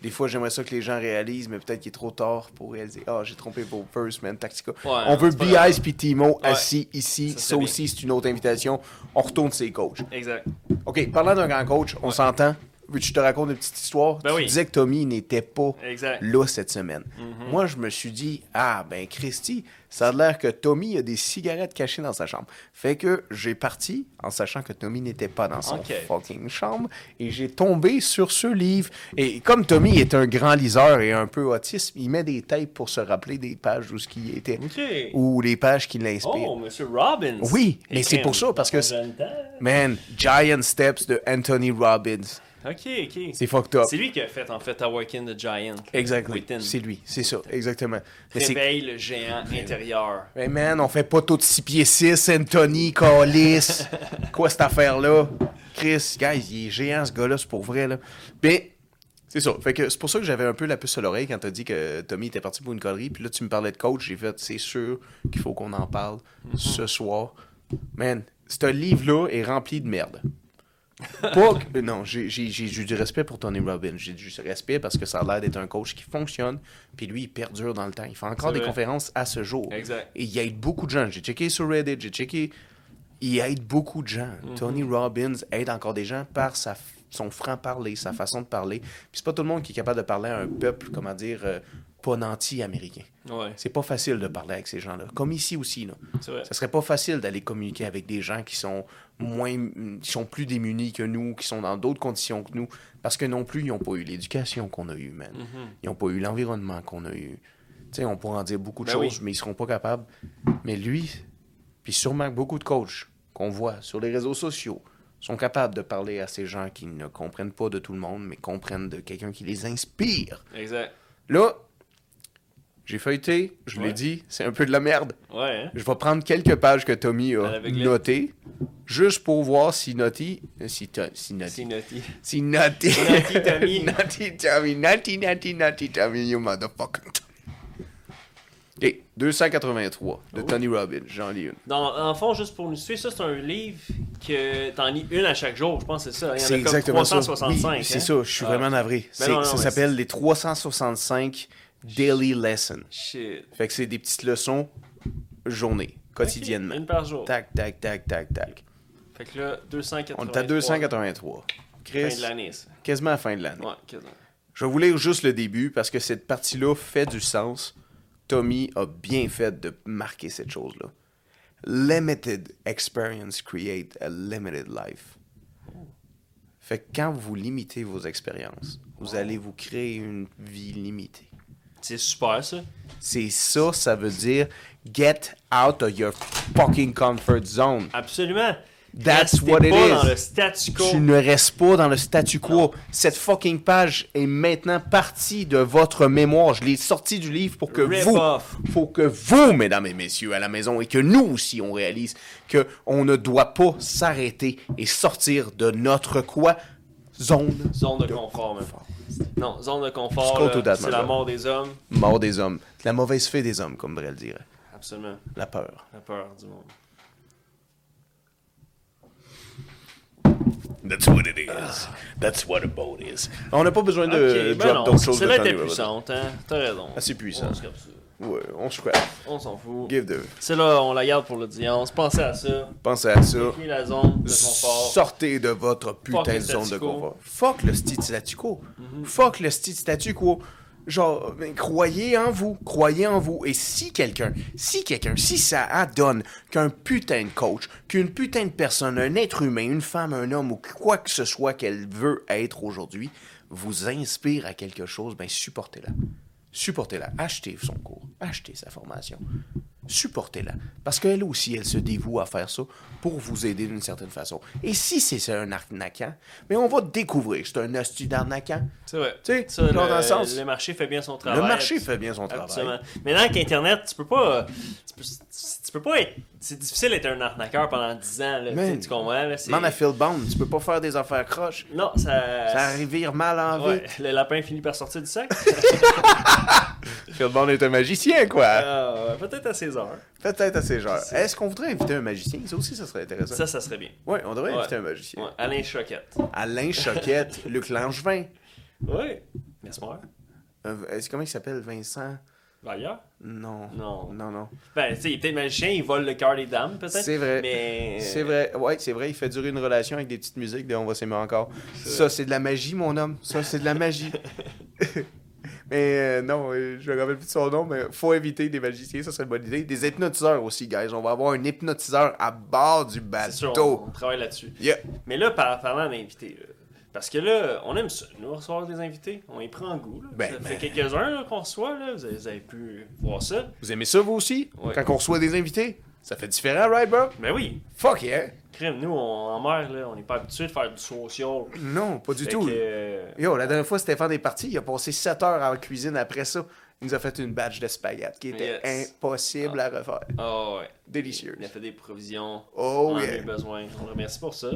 A: Des fois, j'aimerais ça que les gens réalisent, mais peut-être qu'il est trop tard pour réaliser. Ah, j'ai trompé pour First, man, Tactica. on veut
B: c'est pas grave.
A: B.I.S. puis Timo assis ici.
B: Ça, c'est
A: Ça aussi, c'est une autre invitation. On retourne ses coachs.
B: Exact.
A: OK, parlant d'un grand coach, on s'entend. Veux-tu que je te raconte une petite histoire?
B: Ben
A: tu
B: oui.
A: disais que Tommy n'était pas
B: Exact. Mhm.
A: là cette semaine. Moi, je me suis dit, ah ben Christy, ça a l'air que Tommy a des cigarettes cachées dans sa chambre. Fait que j'ai parti en sachant que Tommy n'était pas dans son
B: Ok.
A: fucking chambre et j'ai tombé sur ce livre. Et comme Tommy est un grand liseur et un peu autiste, il met des tapes pour se rappeler des pages où ce qui était
B: OK.
A: ou les pages qui l'inspirent.
B: Oh, Monsieur Robbins.
A: Oui, mais c'est pour ça, parce que c'est-
B: c'est... OK,
A: Man, Giant Steps de Anthony Robbins.
B: OK.
A: C'est fucked up.
B: C'est lui qui a fait, en fait, Awaken the Giant.
A: Exactement.
B: Within.
A: C'est lui, c'est ça, exactement. Mais c'est-
B: Réveille le géant intérieur.
A: Mais man, on fait pas tout 6 pieds 6, Anthony,
B: <laughs>
A: Callis. Quoi cette affaire-là? Chris, guys, il est géant ce gars-là, c'est pour vrai. Là. Mais c'est ça. Fait que c'est pour ça que j'avais un peu la puce à l'oreille quand t'as dit que Tommy était parti pour une connerie. Puis là, tu me parlais de coach, j'ai fait, c'est sûr qu'il faut qu'on en parle
B: Mm-hmm.
A: ce soir. Man, ce livre-là est rempli de merde. Pas que- <laughs> Non, j'ai j'ai- j'ai eu du respect pour Tony Robbins. J'ai du respect parce que ça a l'air d'être un coach qui fonctionne. Puis lui, il perdure dans le temps. Il fait encore
B: C'est
A: des
B: vrai.
A: conférences à ce jour.
B: Exact.
A: Et il aide beaucoup de gens. J'ai checké sur Reddit, j'ai checké. Il aide beaucoup de gens. Tony Robbins aide encore des gens par sa, f- son franc-parler, sa façon de parler. Puis c'est pas tout le monde qui est capable de parler à un peuple, comment dire, euh, pas nanti-américain.
B: Ouais,
A: C'est pas facile de parler avec ces gens-là. Comme ici aussi, là.
B: c'est vrai.
A: Ça serait pas facile d'aller communiquer avec des gens qui sont moins, qui sont plus démunis que nous, qui sont dans d'autres conditions que nous, parce que non plus, ils n'ont pas eu l'éducation qu'on a eue, man.
B: Mm-hmm.
A: Ils n'ont pas eu l'environnement qu'on a eu. Tu sais, on pourrait en dire beaucoup de
B: Ben
A: choses,
B: oui.
A: mais ils seront pas capables. Mais lui, puis sûrement que beaucoup de coachs qu'on voit sur les réseaux sociaux sont capables de parler à ces gens qui ne comprennent pas de tout le monde, mais comprennent de quelqu'un qui les inspire.
B: Exact.
A: Là, j'ai feuilleté, je
B: Ouais.
A: l'ai dit, c'est un peu de la merde.
B: Ouais, hein?
A: Je vais prendre quelques pages que Tommy
B: À
A: a
B: l'aveuglette.
A: notées, juste pour voir si Naughty... Si, To- si
B: C'est
A: Naughty...
B: naughty.
A: Si Naughty...
B: Naughty Tommy.
A: <laughs> Naughty Tommy. Naughty, naughty, naughty Tommy, you motherfucking Tommy. OK, 283 de
B: Ah
A: Tony Robbins, j'en lis une.
B: Dans, en fond, juste pour nous suivre, ça, c'est un livre que t'en lis une à chaque jour, je pense, que c'est ça. Il y en a comme 365.
A: ça. Oui,
B: hein?
A: c'est ça, je suis
B: Ah,
A: vraiment navré. C'est-
B: non, non,
A: ça
B: mais
A: s'appelle les 365 Daily Lessons.
B: Shit.
A: Fait que c'est des petites leçons journée, quotidiennement.
B: Ok, Une par jour.
A: Tac, tac, tac, tac, tac.
B: Fait que là, 280.
A: On est à 283.
B: Fin
A: Chris,
B: de l'année, ça.
A: quasiment à la fin de l'année.
B: Ouais, quasiment.
A: Je vais vous lire juste le début parce que cette partie-là fait du sens. Tommy a bien fait de marquer cette chose-là. Limited experience create a limited life. Fait que quand vous limitez vos expériences, vous allez vous créer une vie limitée.
B: C'est super, ça.
A: C'est ça, ça veut dire get out of your fucking comfort zone.
B: Absolument.
A: That's
B: Restez
A: what
B: pas
A: it is.
B: dans le statu quo.
A: Tu ne restes pas dans le statu quo. Cette fucking page est maintenant partie de votre mémoire. Je l'ai sortie du livre pour que
B: Rip
A: vous,
B: off.
A: faut que vous, mesdames et messieurs, à la maison, et que nous aussi, on réalise que on ne doit pas s'arrêter et sortir de notre quoi zone
B: Zone de confort, même. Non, zone de confort,
A: Scroll to
B: là,
A: that,
B: c'est
A: man.
B: la mort des hommes.
A: mort des hommes, la mauvaise fée des hommes, comme Brel dirait,
B: Absolument.
A: la peur.
B: La peur du monde.
A: That's what it is. That's what a boat is. On n'a pas besoin de
B: Ok, ben
A: drop
B: non,
A: d'autres choses. de
B: celle-là était
A: Tony Robbins.
B: puissante, hein. T'as raison.
A: Assez puissant.
B: On se capte ça.
A: Ouais, on se croit.
B: On s'en fout.
A: Give the.
B: Celle-là, on la garde pour l'audience. Pensez à ça.
A: Pensez à ça.
B: Créez la zone de confort.
A: Sortez de votre
B: Fuck
A: putain
B: le
A: de zone
B: statu
A: de
B: quo. Mhm.
A: confort. Fuck le style statu quo. Fuck le style statu quo. Genre, ben, croyez en vous, croyez en vous. Et si quelqu'un, si quelqu'un, si ça adonne qu'un putain de coach, qu'une putain de personne, un être humain, une femme, un homme ou quoi que ce soit qu'elle veut être aujourd'hui, vous inspire à quelque chose, ben supportez-la. Supportez-la. Achetez son cours. Achetez sa formation. Supportez-la. Parce qu'elle aussi, elle se dévoue à faire ça pour vous aider d'une certaine façon. Et si c'est ça, un arnaquant, mais on va découvrir que c'est un astuce d'arnaquant.
B: C'est vrai.
A: Tu sais,
B: Ça,
A: genre
B: le,
A: dans le sens-
B: le marché fait bien son travail.
A: Le marché fait bien son travail.
B: Absolument. Maintenant avec Internet, tu peux pas. euh, Tu peux, tu peux pas être. C'est difficile d'être un arnaqueur pendant 10 ans. Là,
A: Man.
B: tu sais, tu comprends? Là, c'est-
A: Man à Phil Bond, tu peux pas faire des affaires croches.
B: Non, ça.
A: Ça arrive mal en
B: Ouais,
A: vie.
B: le lapin finit par sortir
A: <laughs>
B: du sac.
A: Phil Bond est un magicien, quoi.
B: Euh, Peut-être à ses heures.
A: Peut-être à ses genres.
B: C'est-
A: Est-ce qu'on voudrait inviter un magicien? Ça aussi, ça serait intéressant.
B: Ça, ça serait bien.
A: Oui, on devrait
B: Ouais.
A: inviter un magicien.
B: Ouais, Alain Choquette.
A: Alain Choquette, Luc Langevin.
B: Oui. Mesmer?
A: Euh, est-ce- comment il s'appelle Vincent
B: Vallière?
A: Non.
B: Non.
A: Non, non.
B: Ben, tu sais, il est peut-être magicien, il vole le cœur des dames, peut-être.
A: C'est vrai.
B: Mais.
A: C'est vrai. Ouais, c'est vrai. Il fait durer une relation avec des petites musiques de On va s'aimer encore.
B: C'est-
A: Ça, c'est de la magie, mon homme. Ça, c'est de la magie.
B: <laughs>
A: mais euh, non, euh, je me rappelle plus de son nom, mais faut éviter des magiciens, ça serait une bonne idée. Des hypnotiseurs aussi, guys. On va avoir un hypnotiseur à bord du
B: C'est sûr, on,
A: bateau.
B: on travaille là-dessus.
A: Yeah.
B: Mais là, par, parlant d'invités, là, parce que là, on aime ça, nous recevoir des invités. On y prend goût. Là.
A: Ben,
B: ça fait quelques-uns là, qu'on reçoit, là. Vous avez, vous avez pu voir ça.
A: Vous aimez ça, vous aussi?
B: Ouais.
A: Quand on reçoit des invités? Ça fait différent, right, bro?
B: Ben oui,
A: Fuck yeah!
B: crème, nous, on- en mer, là, on n'est pas habitué de faire du social.
A: Non, pas du
B: Fait
A: tout.
B: que, euh,
A: Yo, la dernière fois, Stéphane est parti. Il a passé 7 heures en cuisine après ça. Il nous a fait une batch de spaghettes qui était
B: Yes.
A: impossible à refaire.
B: ah ouais.
A: Délicieux.
B: On a fait des provisions.
A: Oh
B: on en a
A: yeah.
B: eu besoin. On le remercie pour ça.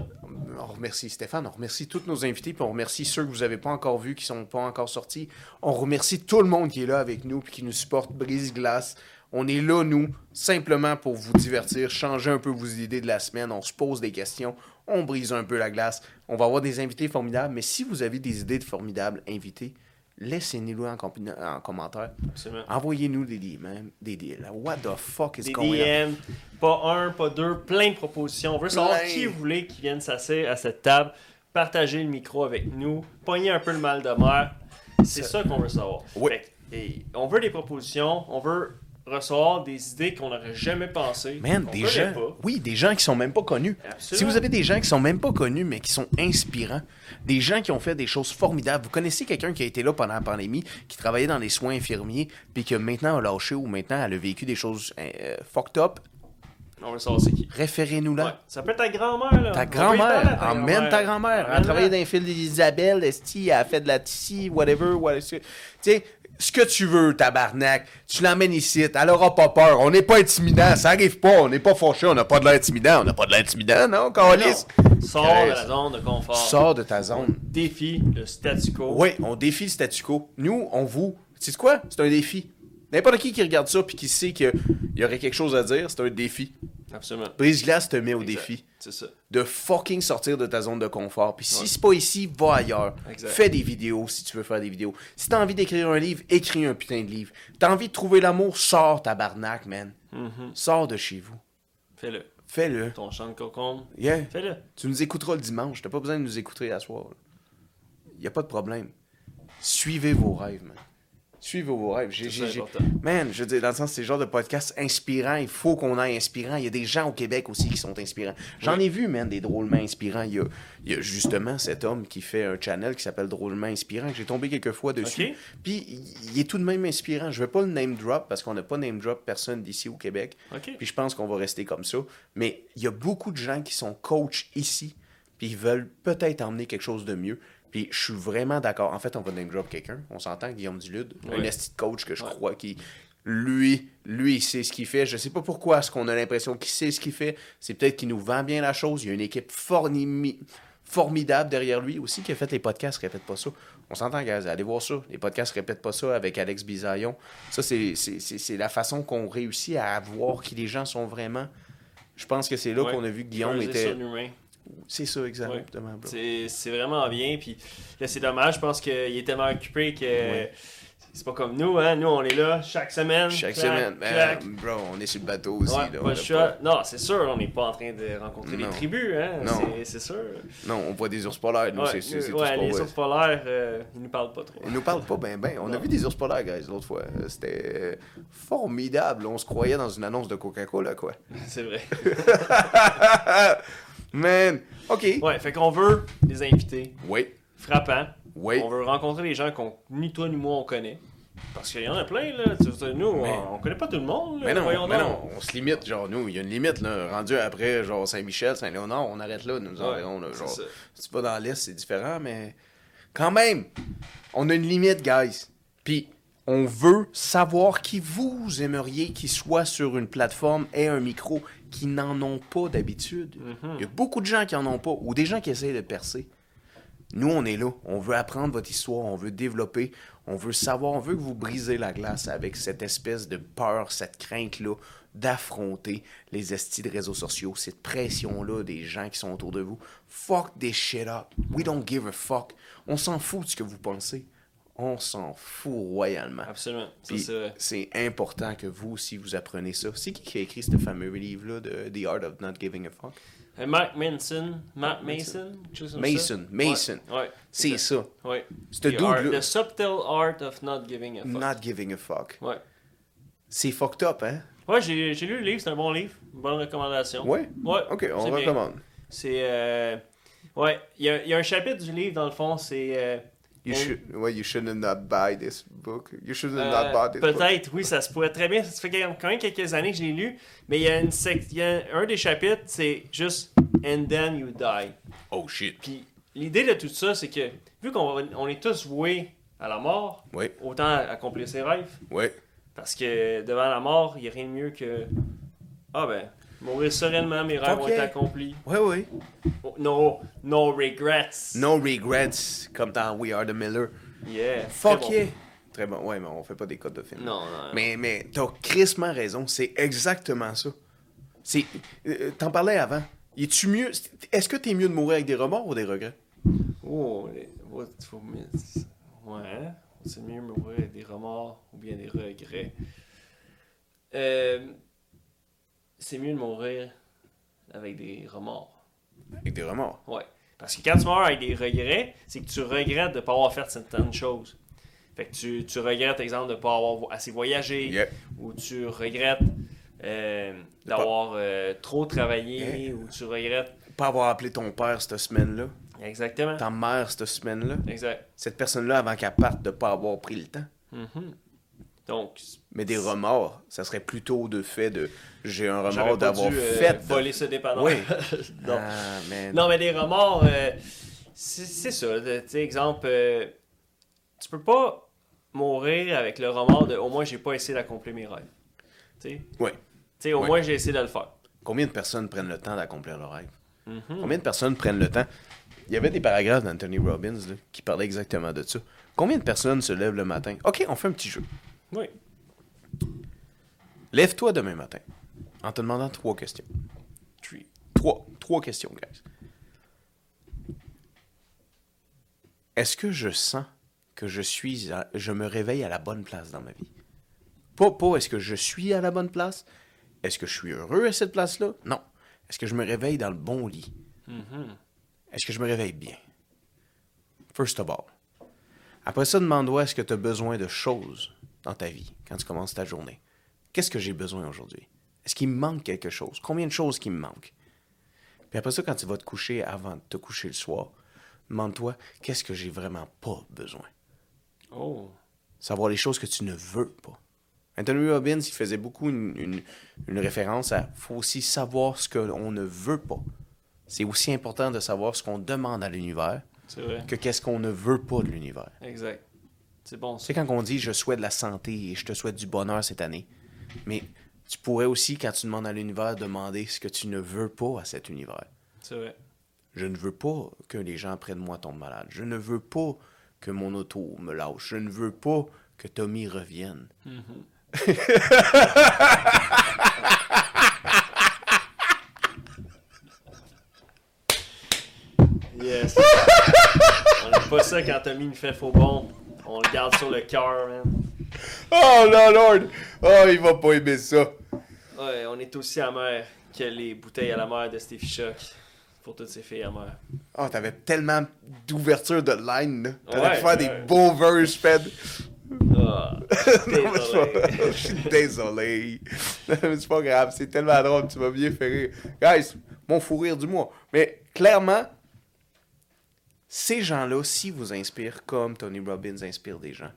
A: On remercie Stéphane, on remercie tous nos invités, puis on remercie ceux que vous n'avez pas encore vus, qui sont pas encore sortis. On remercie tout le monde qui est là avec nous, puis qui nous supporte brise-glace. On est là, nous, simplement pour vous divertir, changer un peu vos idées de la semaine. On se pose des questions, on brise un peu la glace. On va avoir des invités formidables, mais si vous avez des idées de formidables invités, laissez-nous en, compi- en commentaire.
B: Absolument.
A: Ah, Envoyez-nous des DM, hein, des deals. What the fuck is
B: Des
A: going on?
B: DM, pas un, pas deux, plein de propositions. On veut savoir
A: Plein.
B: qui vous voulez qui vienne s'asseoir à cette table, partager le micro avec nous, pogner un peu le mal de mer. C'est ça, qu'on veut savoir.
A: Oui.
B: Fait que, et on veut des propositions, on veut recevoir des idées qu'on n'aurait jamais pensées.
A: Man,
B: qu'on
A: des
B: connaît
A: gens.
B: pas.
A: Oui, des gens qui sont même pas connus.
B: Absolument.
A: Si vous avez des gens qui sont même pas connus, mais qui sont inspirants, des gens qui ont fait des choses formidables. Vous connaissez quelqu'un qui a été là pendant la pandémie, qui travaillait dans les soins infirmiers, puis que maintenant a lâché ou maintenant elle a vécu des choses euh, fucked up,
B: On veut savoir c'est qui.
A: référez-nous-là.
B: Ouais. Ça peut être ta grand-mère. là.
A: Ta
B: On peut y parler à
A: grand-mère,
B: ta
A: emmène ta grand-mère. Elle a
B: Emmène-la.
A: travaillé dans les fils d'Isabelle, Esti, elle a fait de la tissie, whatever, whatever. Tu sais, ce que tu veux, tabarnak, tu l'emmènes ici, elle aura pas peur. On n'est pas intimidant, ça arrive pas, on n'est pas fauché, on n'a pas de l'air intimidant, on n'a pas de l'air intimidant, non, Carlis?
B: Non. Sors de la
A: Chris.
B: zone de confort.
A: Sors de ta zone.
B: Défie le statu quo.
A: Oui, on défie le statu quo. Nous, on vous. C'est quoi? C'est un défi. N'importe qui qui regarde ça puis qui sait qu'il y aurait quelque chose à dire, c'est un défi.
B: Absolument.
A: Brise-glace te met au
B: Exact.
A: défi.
B: C'est ça.
A: de fucking sortir de ta zone de confort. Puis si
B: Ouais.
A: c'est pas ici, va ailleurs.
B: Exact.
A: Fais des vidéos si tu veux faire des vidéos. Si t'as envie d'écrire un livre, écris un putain de livre. T'as envie de trouver l'amour, sors tabarnak, man.
B: Mhm.
A: Sors de chez vous.
B: Fais-le.
A: Fais-le.
B: Ton chant de cocon.
A: Yeah.
B: Fais-le.
A: Tu nous écouteras le dimanche. T'as pas besoin de nous écouter à soir. Il Y a pas de problème. Suivez vos rêves, man. Suivez vos rêves. J'ai,
B: C'est ça,
A: j'ai- j'ai-
B: important.
A: Man, je veux dire, dans le sens, c'est le genre de podcast inspirant. Il faut qu'on aille inspirant. Il y a des gens au Québec aussi qui sont inspirants. J'en ai vu, man, des drôlement inspirants. Il y a, il y a justement cet homme qui fait un channel qui s'appelle Drôlement Inspirant, que j'ai tombé quelques fois dessus.
B: Ok.
A: Puis, il- il est tout de même inspirant. Je veux pas le name drop parce qu'on n'a pas name drop personne d'ici au Québec.
B: Ok.
A: Puis je pense qu'on va rester comme ça. Mais il y a beaucoup de gens qui sont coachs ici, puis ils veulent peut-être emmener quelque chose de mieux. Puis je suis vraiment d'accord. En fait, on va name drop quelqu'un. On s'entend, Guillaume Dulude, un
B: Ouais.
A: esti de coach que je
B: Ouais.
A: crois qui, lui, lui, il sait ce qu'il fait. Je sais pas pourquoi, est-ce qu'on a l'impression qu'il sait ce qu'il fait. C'est peut-être qu'il nous vend bien la chose. Il y a une équipe fornimi- formidable derrière lui aussi qui a fait les podcasts répète pas ça on s'entend guys allez voir ça les podcasts répète pas ça avec Alex Bisaillon ça c'est c'est- c'est c'est la façon qu'on réussit à voir qui les gens sont vraiment je pense que c'est là
B: Ouais.
A: qu'on a vu que Guillaume
B: Creuser
A: était
B: sur l'humain.
A: c'est ça exactement bro.
B: C'est c'est vraiment bien. Puis là, c'est dommage. Je pense qu'il est tellement occupé que
A: Ouais.
B: c'est pas comme nous. Hein? Nous, on est là chaque semaine.
A: chaque
B: clac,
A: semaine man,
B: clac.
A: bro on est sur le bateau aussi
B: Ouais,
A: là, on
B: pas
A: a
B: le choix. Non, c'est sûr, on n'est pas en train de rencontrer
A: Non.
B: les tribus. Hein?
A: Non.
B: c'est- C'est sûr.
A: pas- non on voit des ours polaires nous
B: Ouais,
A: c'est c'est-
B: euh,
A: c'est tout
B: ouais,
A: ce qu'on
B: les
A: voit.
B: ours polaires, euh, ils nous parlent
A: <laughs>
B: pas trop.
A: Ils nous parlent pas ben ben. On a
B: Non.
A: vu des ours polaires, guys, l'autre fois. Euh, C'était euh, formidable. On se croyait dans une annonce de Coca-Cola, quoi.
B: C'est vrai.
A: Man! OK.
B: Ouais, fait qu'on veut des invités
A: Oui.
B: frappants.
A: Oui.
B: On veut rencontrer les gens qu'on ni toi ni moi on connaît. Parce qu'il y en a plein, là. Tu sais, nous,
A: Mais-
B: on, on connaît pas tout le monde. Là,
A: Mais non,
B: voyons
A: mais
B: donc.
A: non, on se limite, genre, nous, il y a une limite, là, rendu après, genre, Saint-Michel, Saint-Léonard, on arrête là, nous
B: Ouais,
A: enverrons, là,
B: c'est
A: genre,
B: ça.
A: si tu vas dans l'Est, c'est différent, mais quand même, on a une limite, guys, puis on veut savoir qui vous aimeriez qui soit sur une plateforme et un micro, qui n'en ont pas d'habitude, il
B: Mm-hmm.
A: y a beaucoup de gens qui en ont pas, ou des gens qui essayent de percer, nous, on est là. On veut apprendre votre histoire, on veut développer, on veut savoir, on veut que vous brisez la glace avec cette espèce de peur, cette crainte-là d'affronter les estis de réseaux sociaux, cette pression-là des gens qui sont autour de vous. Fuck this shit up. We don't give a fuck. On s'en fout de ce que vous pensez. on s'en fout royalement.
B: Absolument. Ah, Ça,
A: Puis
B: c'est euh, vrai.
A: c'est important que vous aussi vous apprenez ça. C'est qui qui a écrit ce fameux livre-là de The Art of Not Giving a Fuck?
B: Euh, Mark Manson. Mark Mason. quelque chose comme ça?
A: Mason, Mason.
B: Ouais. ouais,
A: C'est ça.
B: Ouais.
A: Ce
B: The art-
A: dude-là.
B: The subtle art of not giving a fuck.
A: Not Giving a Fuck.
B: Ouais.
A: C'est fucked up, hein?
B: Ouais, j'ai j'ai lu le livre, c'est un bon livre. Une bonne recommandation.
A: Ouais?
B: Ouais.
A: Ok, on
B: c'est bien.
A: recommande.
B: C'est. euh, Ouais, il y, a- il y a un chapitre du livre, dans le fond, c'est. euh,
A: You,
B: on-
A: should, well, you should not buy this book. You should
B: Euh,
A: not buy this book.
B: Peut-être, oui, ça se pourrait très bien. Ça fait quand même quelques années que je l'ai lu. Mais il y a, une sec- il y a un des chapitres, c'est juste And then you die.
C: Oh shit.
B: Puis l'idée de tout ça, c'est que vu qu'on va- on est tous voués à la mort,
C: Oui.
B: autant accomplir ses rêves.
C: Ouais.
B: Parce que devant la mort, il n'y a rien de mieux que. Ah ben, mourir sereinement, mes rêves
A: Ok.
B: ont été accomplis.
A: Ouais, ouais.
B: Oh, no, no regrets.
A: No regrets, comme dans We Are the Miller.
B: Yeah.
A: Fuck
B: Très bon.
A: yeah. Très bon, ouais, mais on fait pas des codes de film.
B: Non, non.
A: Mais, mais t'as crissement raison, c'est exactement ça. C'est, euh, t'en parlais avant. Es-tu mieux, est-ce que t'es mieux de mourir avec des remords ou des regrets?
B: Oh, les- what for miss? Ouais, c'est mieux mourir avec des remords ou bien des regrets. Euh, c'est mieux de mourir avec des remords.
A: Avec des remords.
B: Ouais. Parce que quand tu meurs avec des regrets, c'est que tu regrettes de ne pas avoir fait certaines choses. Fait que tu, tu regrettes, exemple, de ne pas avoir vo- assez voyagé,
C: Yeah.
B: ou tu regrettes euh, d'avoir euh, trop travaillé,
A: Yeah.
B: ou tu regrettes.
A: Pas avoir appelé ton père cette semaine-là,
B: Exactement.
A: ta mère cette semaine-là,
B: Exact.
A: cette personne-là avant qu'elle parte de pas avoir pris le temps.
B: Mhm. Donc,
A: Mais des remords, ça serait plutôt de fait de j'ai un
B: J'aurais
A: remords
B: pas
A: d'avoir
B: dû, euh,
A: fait. de-
B: voler ce dépanneur. <laughs>
A: Oui.
B: non.
A: Ah, man.
B: Non, mais des remords, euh, c'est c'est ça. euh, Tu sais, exemple, euh, tu peux pas mourir avec le remords de au moins j'ai pas essayé d'accomplir mes rêves. Tu sais,
A: Ouais.
B: Tu sais, au
A: Ouais.
B: moins j'ai essayé de le faire.
A: Combien de personnes prennent le temps d'accomplir leur rêve?
B: Mhm.
A: Combien de personnes prennent le temps? Il y avait des paragraphes d'Anthony Robbins là, qui parlaient exactement de ça. Combien de personnes se lèvent le matin? OK, on fait un petit jeu.
B: Oui.
A: Lève-toi demain matin en te demandant trois questions.
B: Tree.
A: Trois. Trois questions, guys. Est-ce que je sens que je suis à- je me réveille à la bonne place dans ma vie? Pas, pas est-ce que je suis à la bonne place? Est-ce que je suis heureux à cette place-là? Non. Est-ce que je me réveille dans le bon lit? Est-ce que je me réveille bien? First of all. Après ça, demande-toi est-ce que tu as besoin de choses dans ta vie quand tu commences ta journée. Qu'est-ce que j'ai besoin aujourd'hui? Est-ce qu'il me manque quelque chose? Combien de choses qui me manquent? Puis après ça, quand tu vas te coucher avant de te coucher le soir, demande-toi qu'est-ce que j'ai vraiment pas besoin.
B: Oh.
A: Savoir les choses que tu ne veux pas. Anthony Robbins, il faisait beaucoup une, une- une référence à faut aussi savoir ce qu'on ne veut pas. C'est aussi important de savoir ce qu'on demande à l'univers
B: C'est vrai.
A: que qu'est-ce qu'on ne veut pas de l'univers.
B: Exact. C'est bon.
A: Tu sais,
B: ça.
A: quand on dit je souhaite la santé et je te souhaite du bonheur cette année, mais tu pourrais aussi, quand tu demandes à l'univers, demander ce que tu ne veux pas à cet univers.
B: C'est vrai.
A: Je ne veux pas que les gens près de moi tombent malades. Je ne veux pas que mon auto me lâche. Je ne veux pas que Tommy revienne.
B: Yes. <laughs> on n'a pas ça quand Tommy nous fait faux bon. On le garde sur le cœur, man.
A: Oh là, Lord! Oh, il va pas aimer ça.
B: Ouais, on est aussi amer que les bouteilles à la mer de Steffi Choc pour toutes ces filles amères.
A: Oh, t'avais tellement d'ouverture de line. là. T'allais
B: Ouais,
A: faire
B: ouais.
A: des beaux verses, Fed.
B: Ah,
A: <laughs> Non, mais c'est pas- Je
B: désolé.
A: suis désolé. <laughs> Non, mais c'est pas grave, c'est tellement drôle, tu m'as bien fait rire. Guys, mon fou rire du mois. Mais clairement, ces gens-là, si vous inspirent comme Tony Robbins inspire des gens,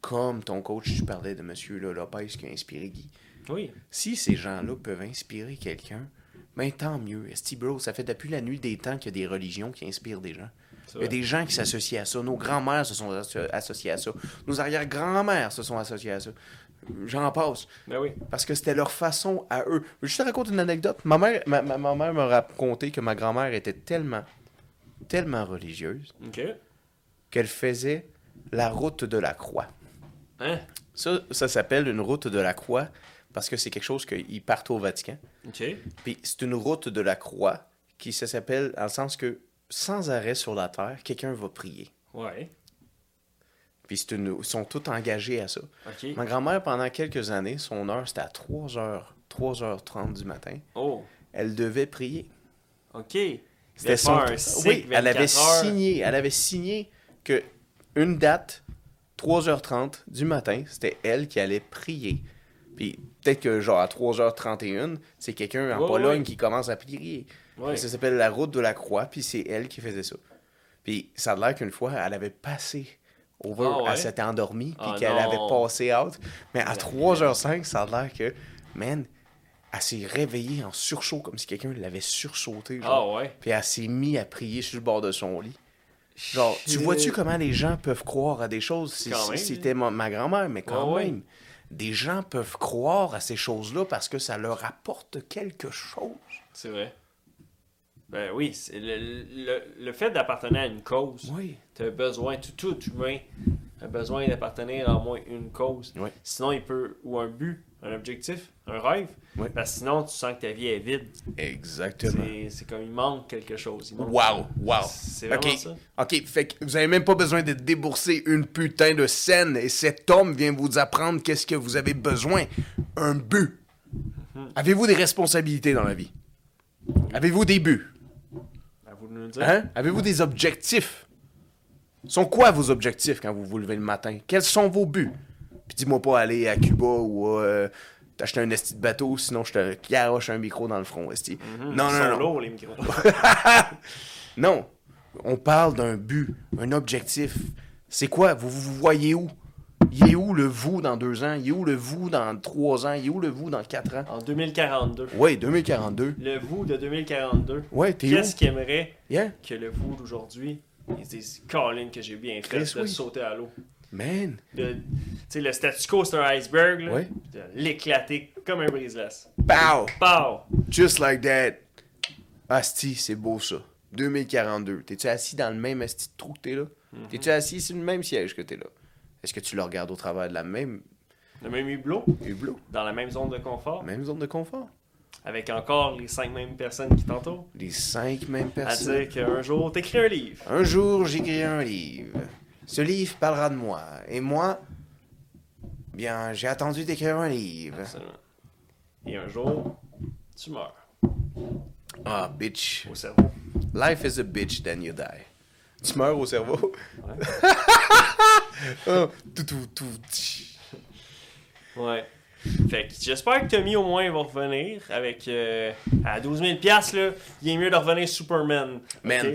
A: comme ton coach, tu parlais de monsieur là, Lopez qui a inspiré Guy.
B: oui,
A: Si ces gens-là peuvent inspirer quelqu'un, ben tant mieux. Esti bro, ça fait depuis la nuit des temps qu'il y a des religions qui inspirent des gens.
B: C'est
A: Il y a
B: vrai.
A: des gens qui s'associent à ça. Nos grands-mères se sont asso- associées à ça. Nos arrière-grands-mères se sont associées à ça. J'en passe.
B: ben oui.
A: Parce que c'était leur façon à eux. Je te raconte une anecdote. Ma mère ma, ma- ma mère m'a raconté que ma grand-mère était tellement, tellement religieuse
B: Ok.
A: qu'elle faisait la route de la croix.
B: Hein?
A: Ça, ça s'appelle une route de la croix parce que c'est quelque chose qu'ils partent au Vatican.
B: Ok.
A: Puis c'est une route de la croix qui ça s'appelle en le sens que sans arrêt sur la terre, quelqu'un va prier.
B: Ouais.
A: Puis c'est une- ils sont tous engagés à ça.
B: OK.
A: Ma grand-mère, pendant quelques années, son heure, c'était à 3h, 3h30 du matin.
B: Oh,
A: Elle devait prier.
B: OK.
A: C'était son...
B: pas un cycle
A: Oui, elle avait
B: 24 heures.
A: signé, elle avait signé que une date, 3h30 du matin, c'était elle qui allait prier. Puis peut-être que genre à 3h31, c'est quelqu'un en
B: Ouais,
A: Pologne
B: ouais.
A: qui commence à prier.
B: Ouais.
A: Ça s'appelle la route de la croix, puis c'est elle qui faisait ça. Puis ça a l'air qu'une fois, elle avait passé over,
B: Ah ouais?
A: elle s'était endormie, puis
B: Ah
A: qu'elle
B: non.
A: avait passé out. Mais à 3h05, ça a l'air que, man, elle s'est réveillée en sursaut, comme si quelqu'un l'avait sursauté.
B: Ah
A: Genre.
B: ouais.
A: Puis elle s'est mise à prier sur le bord de son lit. Genre, tu vois-tu comment les gens peuvent croire à des choses? Si,
B: Quand
A: si-
B: même.
A: C'était ma, ma grand-mère, mais quand
B: Ouais, ouais.
A: même. Des gens peuvent croire à ces choses-là parce que ça leur apporte quelque chose.
B: C'est vrai. Ben oui, c'est le, le, le fait d'appartenir à une cause,
A: Oui.
B: tu as besoin, tout, tout humain a besoin d'appartenir à au moins une cause.
A: Oui.
B: Sinon, il peut, ou un but, un objectif, un rêve.
A: Oui.
B: Parce que sinon, tu sens que ta vie est vide.
A: Exactement.
B: C'est c'est comme il manque quelque chose. il manque-
A: Wow, wow.
B: C'est vraiment
A: Ok.
B: ça.
C: OK, fait que vous avez même pas besoin de débourser une putain de scène et cet homme vient vous apprendre qu'est-ce que vous avez besoin. Un but.
B: Mhm.
C: Avez-vous des responsabilités dans la vie? Avez-vous des buts?
B: À vous de nous le dire.
C: Hein?
A: Avez-vous des objectifs? Sont quoi vos objectifs quand vous vous levez le matin? Quels sont vos buts? Puis dis-moi pas aller à Cuba ou euh, t'acheter un esti de bateau, sinon je te caroche un micro dans le front, esti. Non,
B: Ils
A: non,
B: sont
A: non.
B: lourds, les micros.
A: Non. On parle d'un but, un objectif. C'est quoi? Vous vous voyez où? Il est où le vous dans deux ans? Il est où le vous dans trois ans? Il est où le vous dans quatre ans?
B: en 2042.
A: Ouais, 2042.
B: Le vous de 2042.
A: Ouais, t'es où?
B: Qu'est-ce qu'il aimerait
A: Yeah.
B: que le vous d'aujourd'hui, ils se disent Colin, que j'ai bien fait
A: Chris,
B: de
A: oui.
B: sauter à l'eau.
A: Man.
B: Le, tu sais, le statu quo, c'est un iceberg. Là,
A: Ouais.
B: puis de l'éclater comme un brise-glace.
C: Pow!
B: Pow!
C: Just like that.
A: Asti, c'est beau ça. 2042. T'es-tu assis dans le même asti de trou que t'es là? T'es-tu assis sur le même siège que t'es là? Est-ce que tu le regardes au travers de la même
B: Le même hublot,
A: hublot,
B: dans la même zone de confort,
A: même zone de confort?
B: avec encore les cinq mêmes personnes qui t'entourent.
A: Les cinq mêmes
B: À
A: personnes.
B: dire qu'un jour, t'écris un livre.
A: Un jour, j'écris un livre. Ce livre parlera de moi. Et moi, bien, j'ai attendu d'écrire un livre.
B: Absolument. Et un jour, tu meurs
A: Ah, bitch.
B: au cerveau.
A: Life is a bitch, then you die. Tu meurs au cerveau?
B: Ouais.
A: Ah, tout, tout, tout. tch.
B: Ouais. Fait que j'espère que Tommy au moins va revenir avec euh, à 12 000 piastres, là, il est mieux de revenir Superman.
A: Man.
B: ok?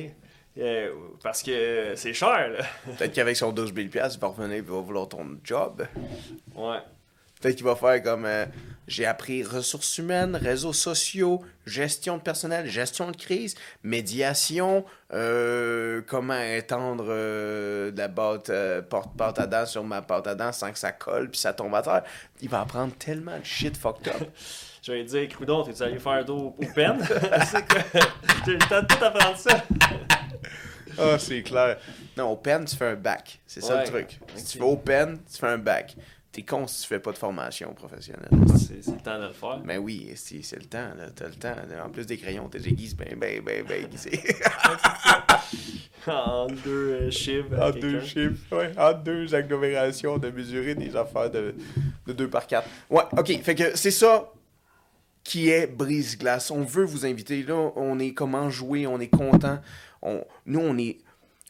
B: Euh, parce que euh, c'est cher là.
A: Peut-être qu'avec son 12 000 piastres, il va revenir et il va vouloir ton job.
B: Ouais.
A: Peut-être qu'il va faire comme euh, j'ai appris ressources humaines, réseaux sociaux, gestion de personnel, gestion de crise, médiation, euh, comment étendre euh, de la botte, euh, porte pâte à dents sur ma pâte à dents sans que ça colle puis ça tombe à terre. Il va apprendre tellement de shit fucked up.
B: Je vais dire, Coudon, t'es-tu allé faire d'eau au au pen? c'est que j'ai eu le temps de tout apprendre ça.
A: <laughs> Ah, c'est clair. Non, au pen, tu fais un bac. C'est ça
B: Ouais.
A: le truc. Si
B: Ok.
A: tu vas au pen, tu fais un bac. T'es con si tu fais pas de formation professionnelle.
B: C'est c'est le temps de le faire.
A: Ben oui, c'est c'est le temps, là, t'as le temps. En plus des crayons, t'es aiguisé, ben, ben, ben, ben aiguisé.
B: En deux euh, chiffres.
A: en
B: quelqu'un.
A: deux chiffres, ouais, en deux agglomérations, de mesurer des affaires de, de 2 par 4. Ouais, ok, fait que c'est ça qui est Brise-Glace. On veut vous inviter, là, on est comment jouer, on est content. On, nous, on est...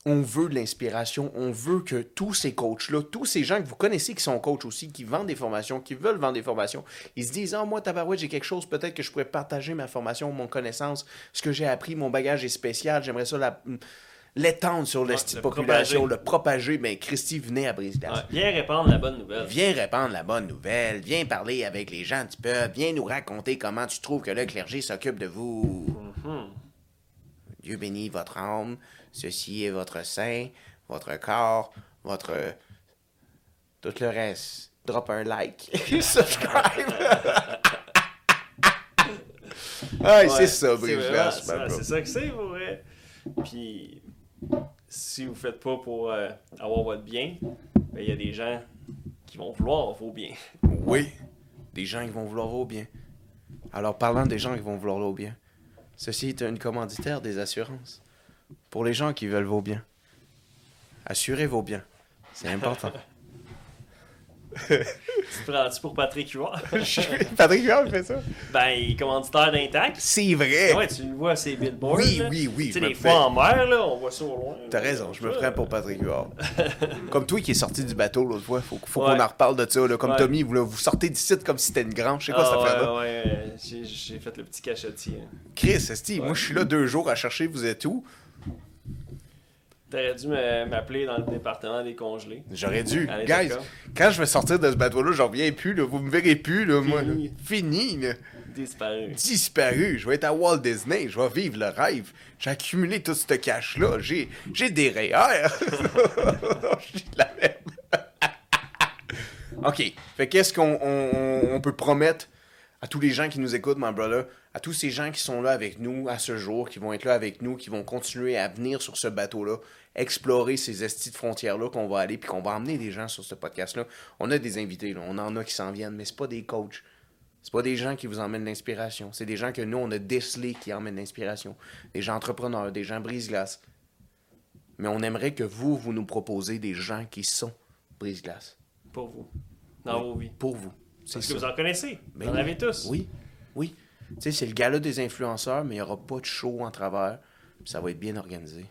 A: On veut de l'inspiration, on veut que tous ces coachs-là, tous ces gens que vous connaissez qui sont coachs aussi, qui vendent des formations, qui veulent vendre des formations, ils se disent Ah, moi, tabarouette, j'ai quelque chose, peut-être que je pourrais partager ma formation, mon connaissance, ce que j'ai appris, mon bagage est spécial, j'aimerais ça la- l'étendre sur la
B: le
A: population,
B: propager.
A: le propager. Ben, Christy, venez à Brise-Glace.
B: Ouais, viens répandre la bonne nouvelle.
A: Viens répandre la bonne nouvelle, viens parler avec les gens du peuple, viens nous raconter comment tu trouves que le clergé s'occupe de vous.
B: Mm-hmm.
A: Dieu bénit votre âme, ceci est votre sein, votre corps, votre. tout le reste. Drop un like,
B: <laughs>
A: subscribe. <laughs> ah,
B: Ouais,
A: c'est ça,
B: c'est
A: Brice
B: vraiment
A: Glass,
B: ça,
A: ma bro.
B: C'est ça que c'est, pour vrai. Puis, si vous faites pas pour euh, avoir votre bien, ben, il y a des gens qui vont vouloir vos biens. <laughs>
A: Oui, des gens qui vont vouloir vos biens. Alors, parlant des gens qui vont vouloir vos biens, ceci est une commanditaire des assurances. Pour les gens qui veulent vos biens, assurez vos biens. C'est important.
B: Tu te prends-tu pour Patrick Huard? <laughs>
A: Patrick Huard fait ça.
B: ben, il est commanditaire d'Intact.
A: C'est vrai.
B: Ouais, tu le vois à ses billboards.
A: Oui,
B: là.
A: oui, oui,
B: Tu sais,
A: je me
B: des
A: fais-
B: fois en mer, là, on voit ça au loin.
A: T'as raison, je me
B: Ouais.
A: prends pour Patrick Huard. comme toi qui est sorti du bateau l'autre fois, faut, faut
B: Ouais.
A: qu'on en reparle de ça. Là. Comme
B: Ouais.
A: Tommy, vous, là, vous sortez d'ici comme si c'était une grange. Je sais quoi cette
B: Ah,
A: affaire-là.
B: ouais, ouais, ouais, j'ai- j'ai fait le petit cachetier. hein.
A: Chris, esti, moi je suis là deux jours à chercher, vous êtes où?
B: T'aurais dû me- m'appeler dans le département des congelés.
A: J'aurais dû.
B: Allez,
A: Guys,
B: d'accord.
A: quand je vais sortir de ce bateau-là, je reviens plus, là, vous me verrez plus, là, moi. là.
B: Fini.
A: Fini, là.
B: Disparu.
A: disparu. Je vais être à Walt Disney. Je vais vivre le rêve. J'ai accumulé tout ce cash-là. J'ai, j'ai des REER. <laughs> Je suis de la merde. OK. Fait qu'est-ce qu'on on- on- on peut promettre à tous les gens qui nous écoutent, my brother, à tous ces gens qui sont là avec nous à ce jour, qui vont être là avec nous, qui vont continuer à venir sur ce bateau-là, explorer ces estis de frontières-là qu'on va aller, puis qu'on va emmener des gens sur ce podcast-là. On a des invités, là. on en a qui s'en viennent, mais c'est pas des coachs. C'est pas des gens qui vous emmènent l'inspiration. C'est des gens que nous, on a décelés qui emmènent l'inspiration. Des gens entrepreneurs, des gens brise-glace. Mais on aimerait que vous, vous nous proposez des gens qui sont brise-glace.
B: Pour vous. Dans vos vies.
A: Pour vous. C'est
B: Parce
A: ça.
B: que vous en connaissez.
A: Ben
B: vous en
A: oui.
B: avez tous.
A: Oui, oui. Tu sais, c'est le gala des influenceurs, mais il n'y aura pas de show en travers. puis ça va être bien organisé.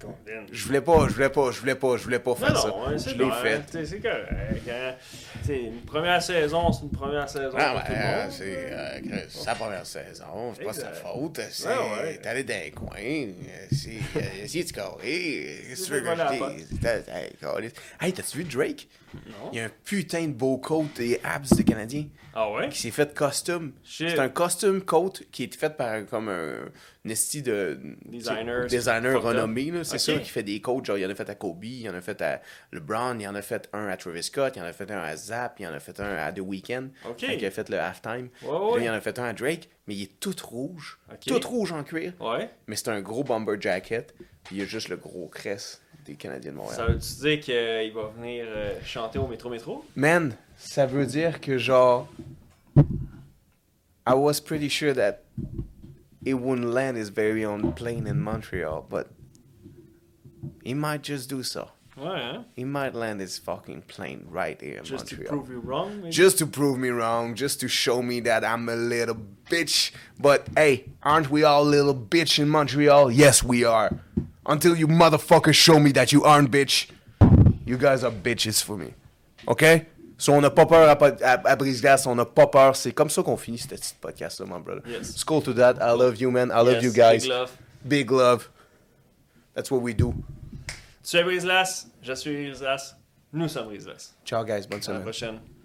B: Condamne.
A: Je voulais pas, je voulais pas, je voulais pas, je voulais pas
B: Non,
A: faire ça.
B: non, hein, c'est
A: je l'ai
B: correct,
A: fait.
B: t'sais, C'est correct. hein. T'sais, une première saison, c'est une première saison.
A: Ah,
B: pour tout le
A: ben,
B: monde.
A: c'est euh, Chris, sa première saison, c'est pas sa
B: Exact.
A: faute. C'est
B: ouais.
A: t'es allé dans les coins, euh, c'est euh, c'est du carré, qu'est-ce que tu veux que
B: volé à la
A: je dise? T'as- t'as- hey, câlisse. Hey, t'as-tu vu Drake?
B: Non.
A: Il y a un putain de beau coat et abs de Canadien
B: Ah ouais?
A: qui s'est fait costume.
B: Shit.
A: C'est un costume coat qui est fait par comme un esti de
B: Designer,
A: qui- designer
B: fucked up.
A: renommé là, c'est
B: Ok.
A: ça qui fait des coats, genre il y en a fait à Kobe, il y en a fait à LeBron, il y en a fait un à Travis Scott, il y en a fait un à Zap, il y en a fait un à The Weeknd.
B: Ok.
A: Fait qu'il a fait le halftime. Puis
B: Ouais,
A: là,
B: ouais.
A: il y en a fait un à Drake, mais il est tout rouge.
B: Ok.
A: Tout rouge en cuir.
B: Ouais.
A: Mais c'est un gros bomber jacket, puis il y a juste le gros crest des Canadiens de Montréal.
B: Ça veut-tu dire qu'il va venir euh, chanter au métro métro?
A: Man, ça veut dire que genre. I was pretty sure that it wouldn't land his very own plane in Montreal, but he might just do so.
B: Ouais, hein?
A: He might land his fucking plane right here in
B: Just to
A: Montreal.
B: prove you wrong. maybe?
A: just to prove me wrong, just to show me that I'm a little bitch. But hey, aren't we all little bitch in Montreal? Yes, we are. Until you motherfuckers show me that you aren't bitch, you guys are bitches for me. OK? So on n'a pas peur à, pod- à, à Brise-Glace, on n'a pas peur. C'est comme ça qu'on finit ce petit podcast-là, mon brother.
B: Yes.
A: School to that. I love you, man. I love
B: Yes,
A: you guys.
B: big love.
A: Big love. That's what we do.
B: Tu es Brise-Glace, je suis Brise-Glace, nous sommes Brise-Glace.
A: Ciao, guys. Bonne
B: À la
A: semaine.
B: prochaine.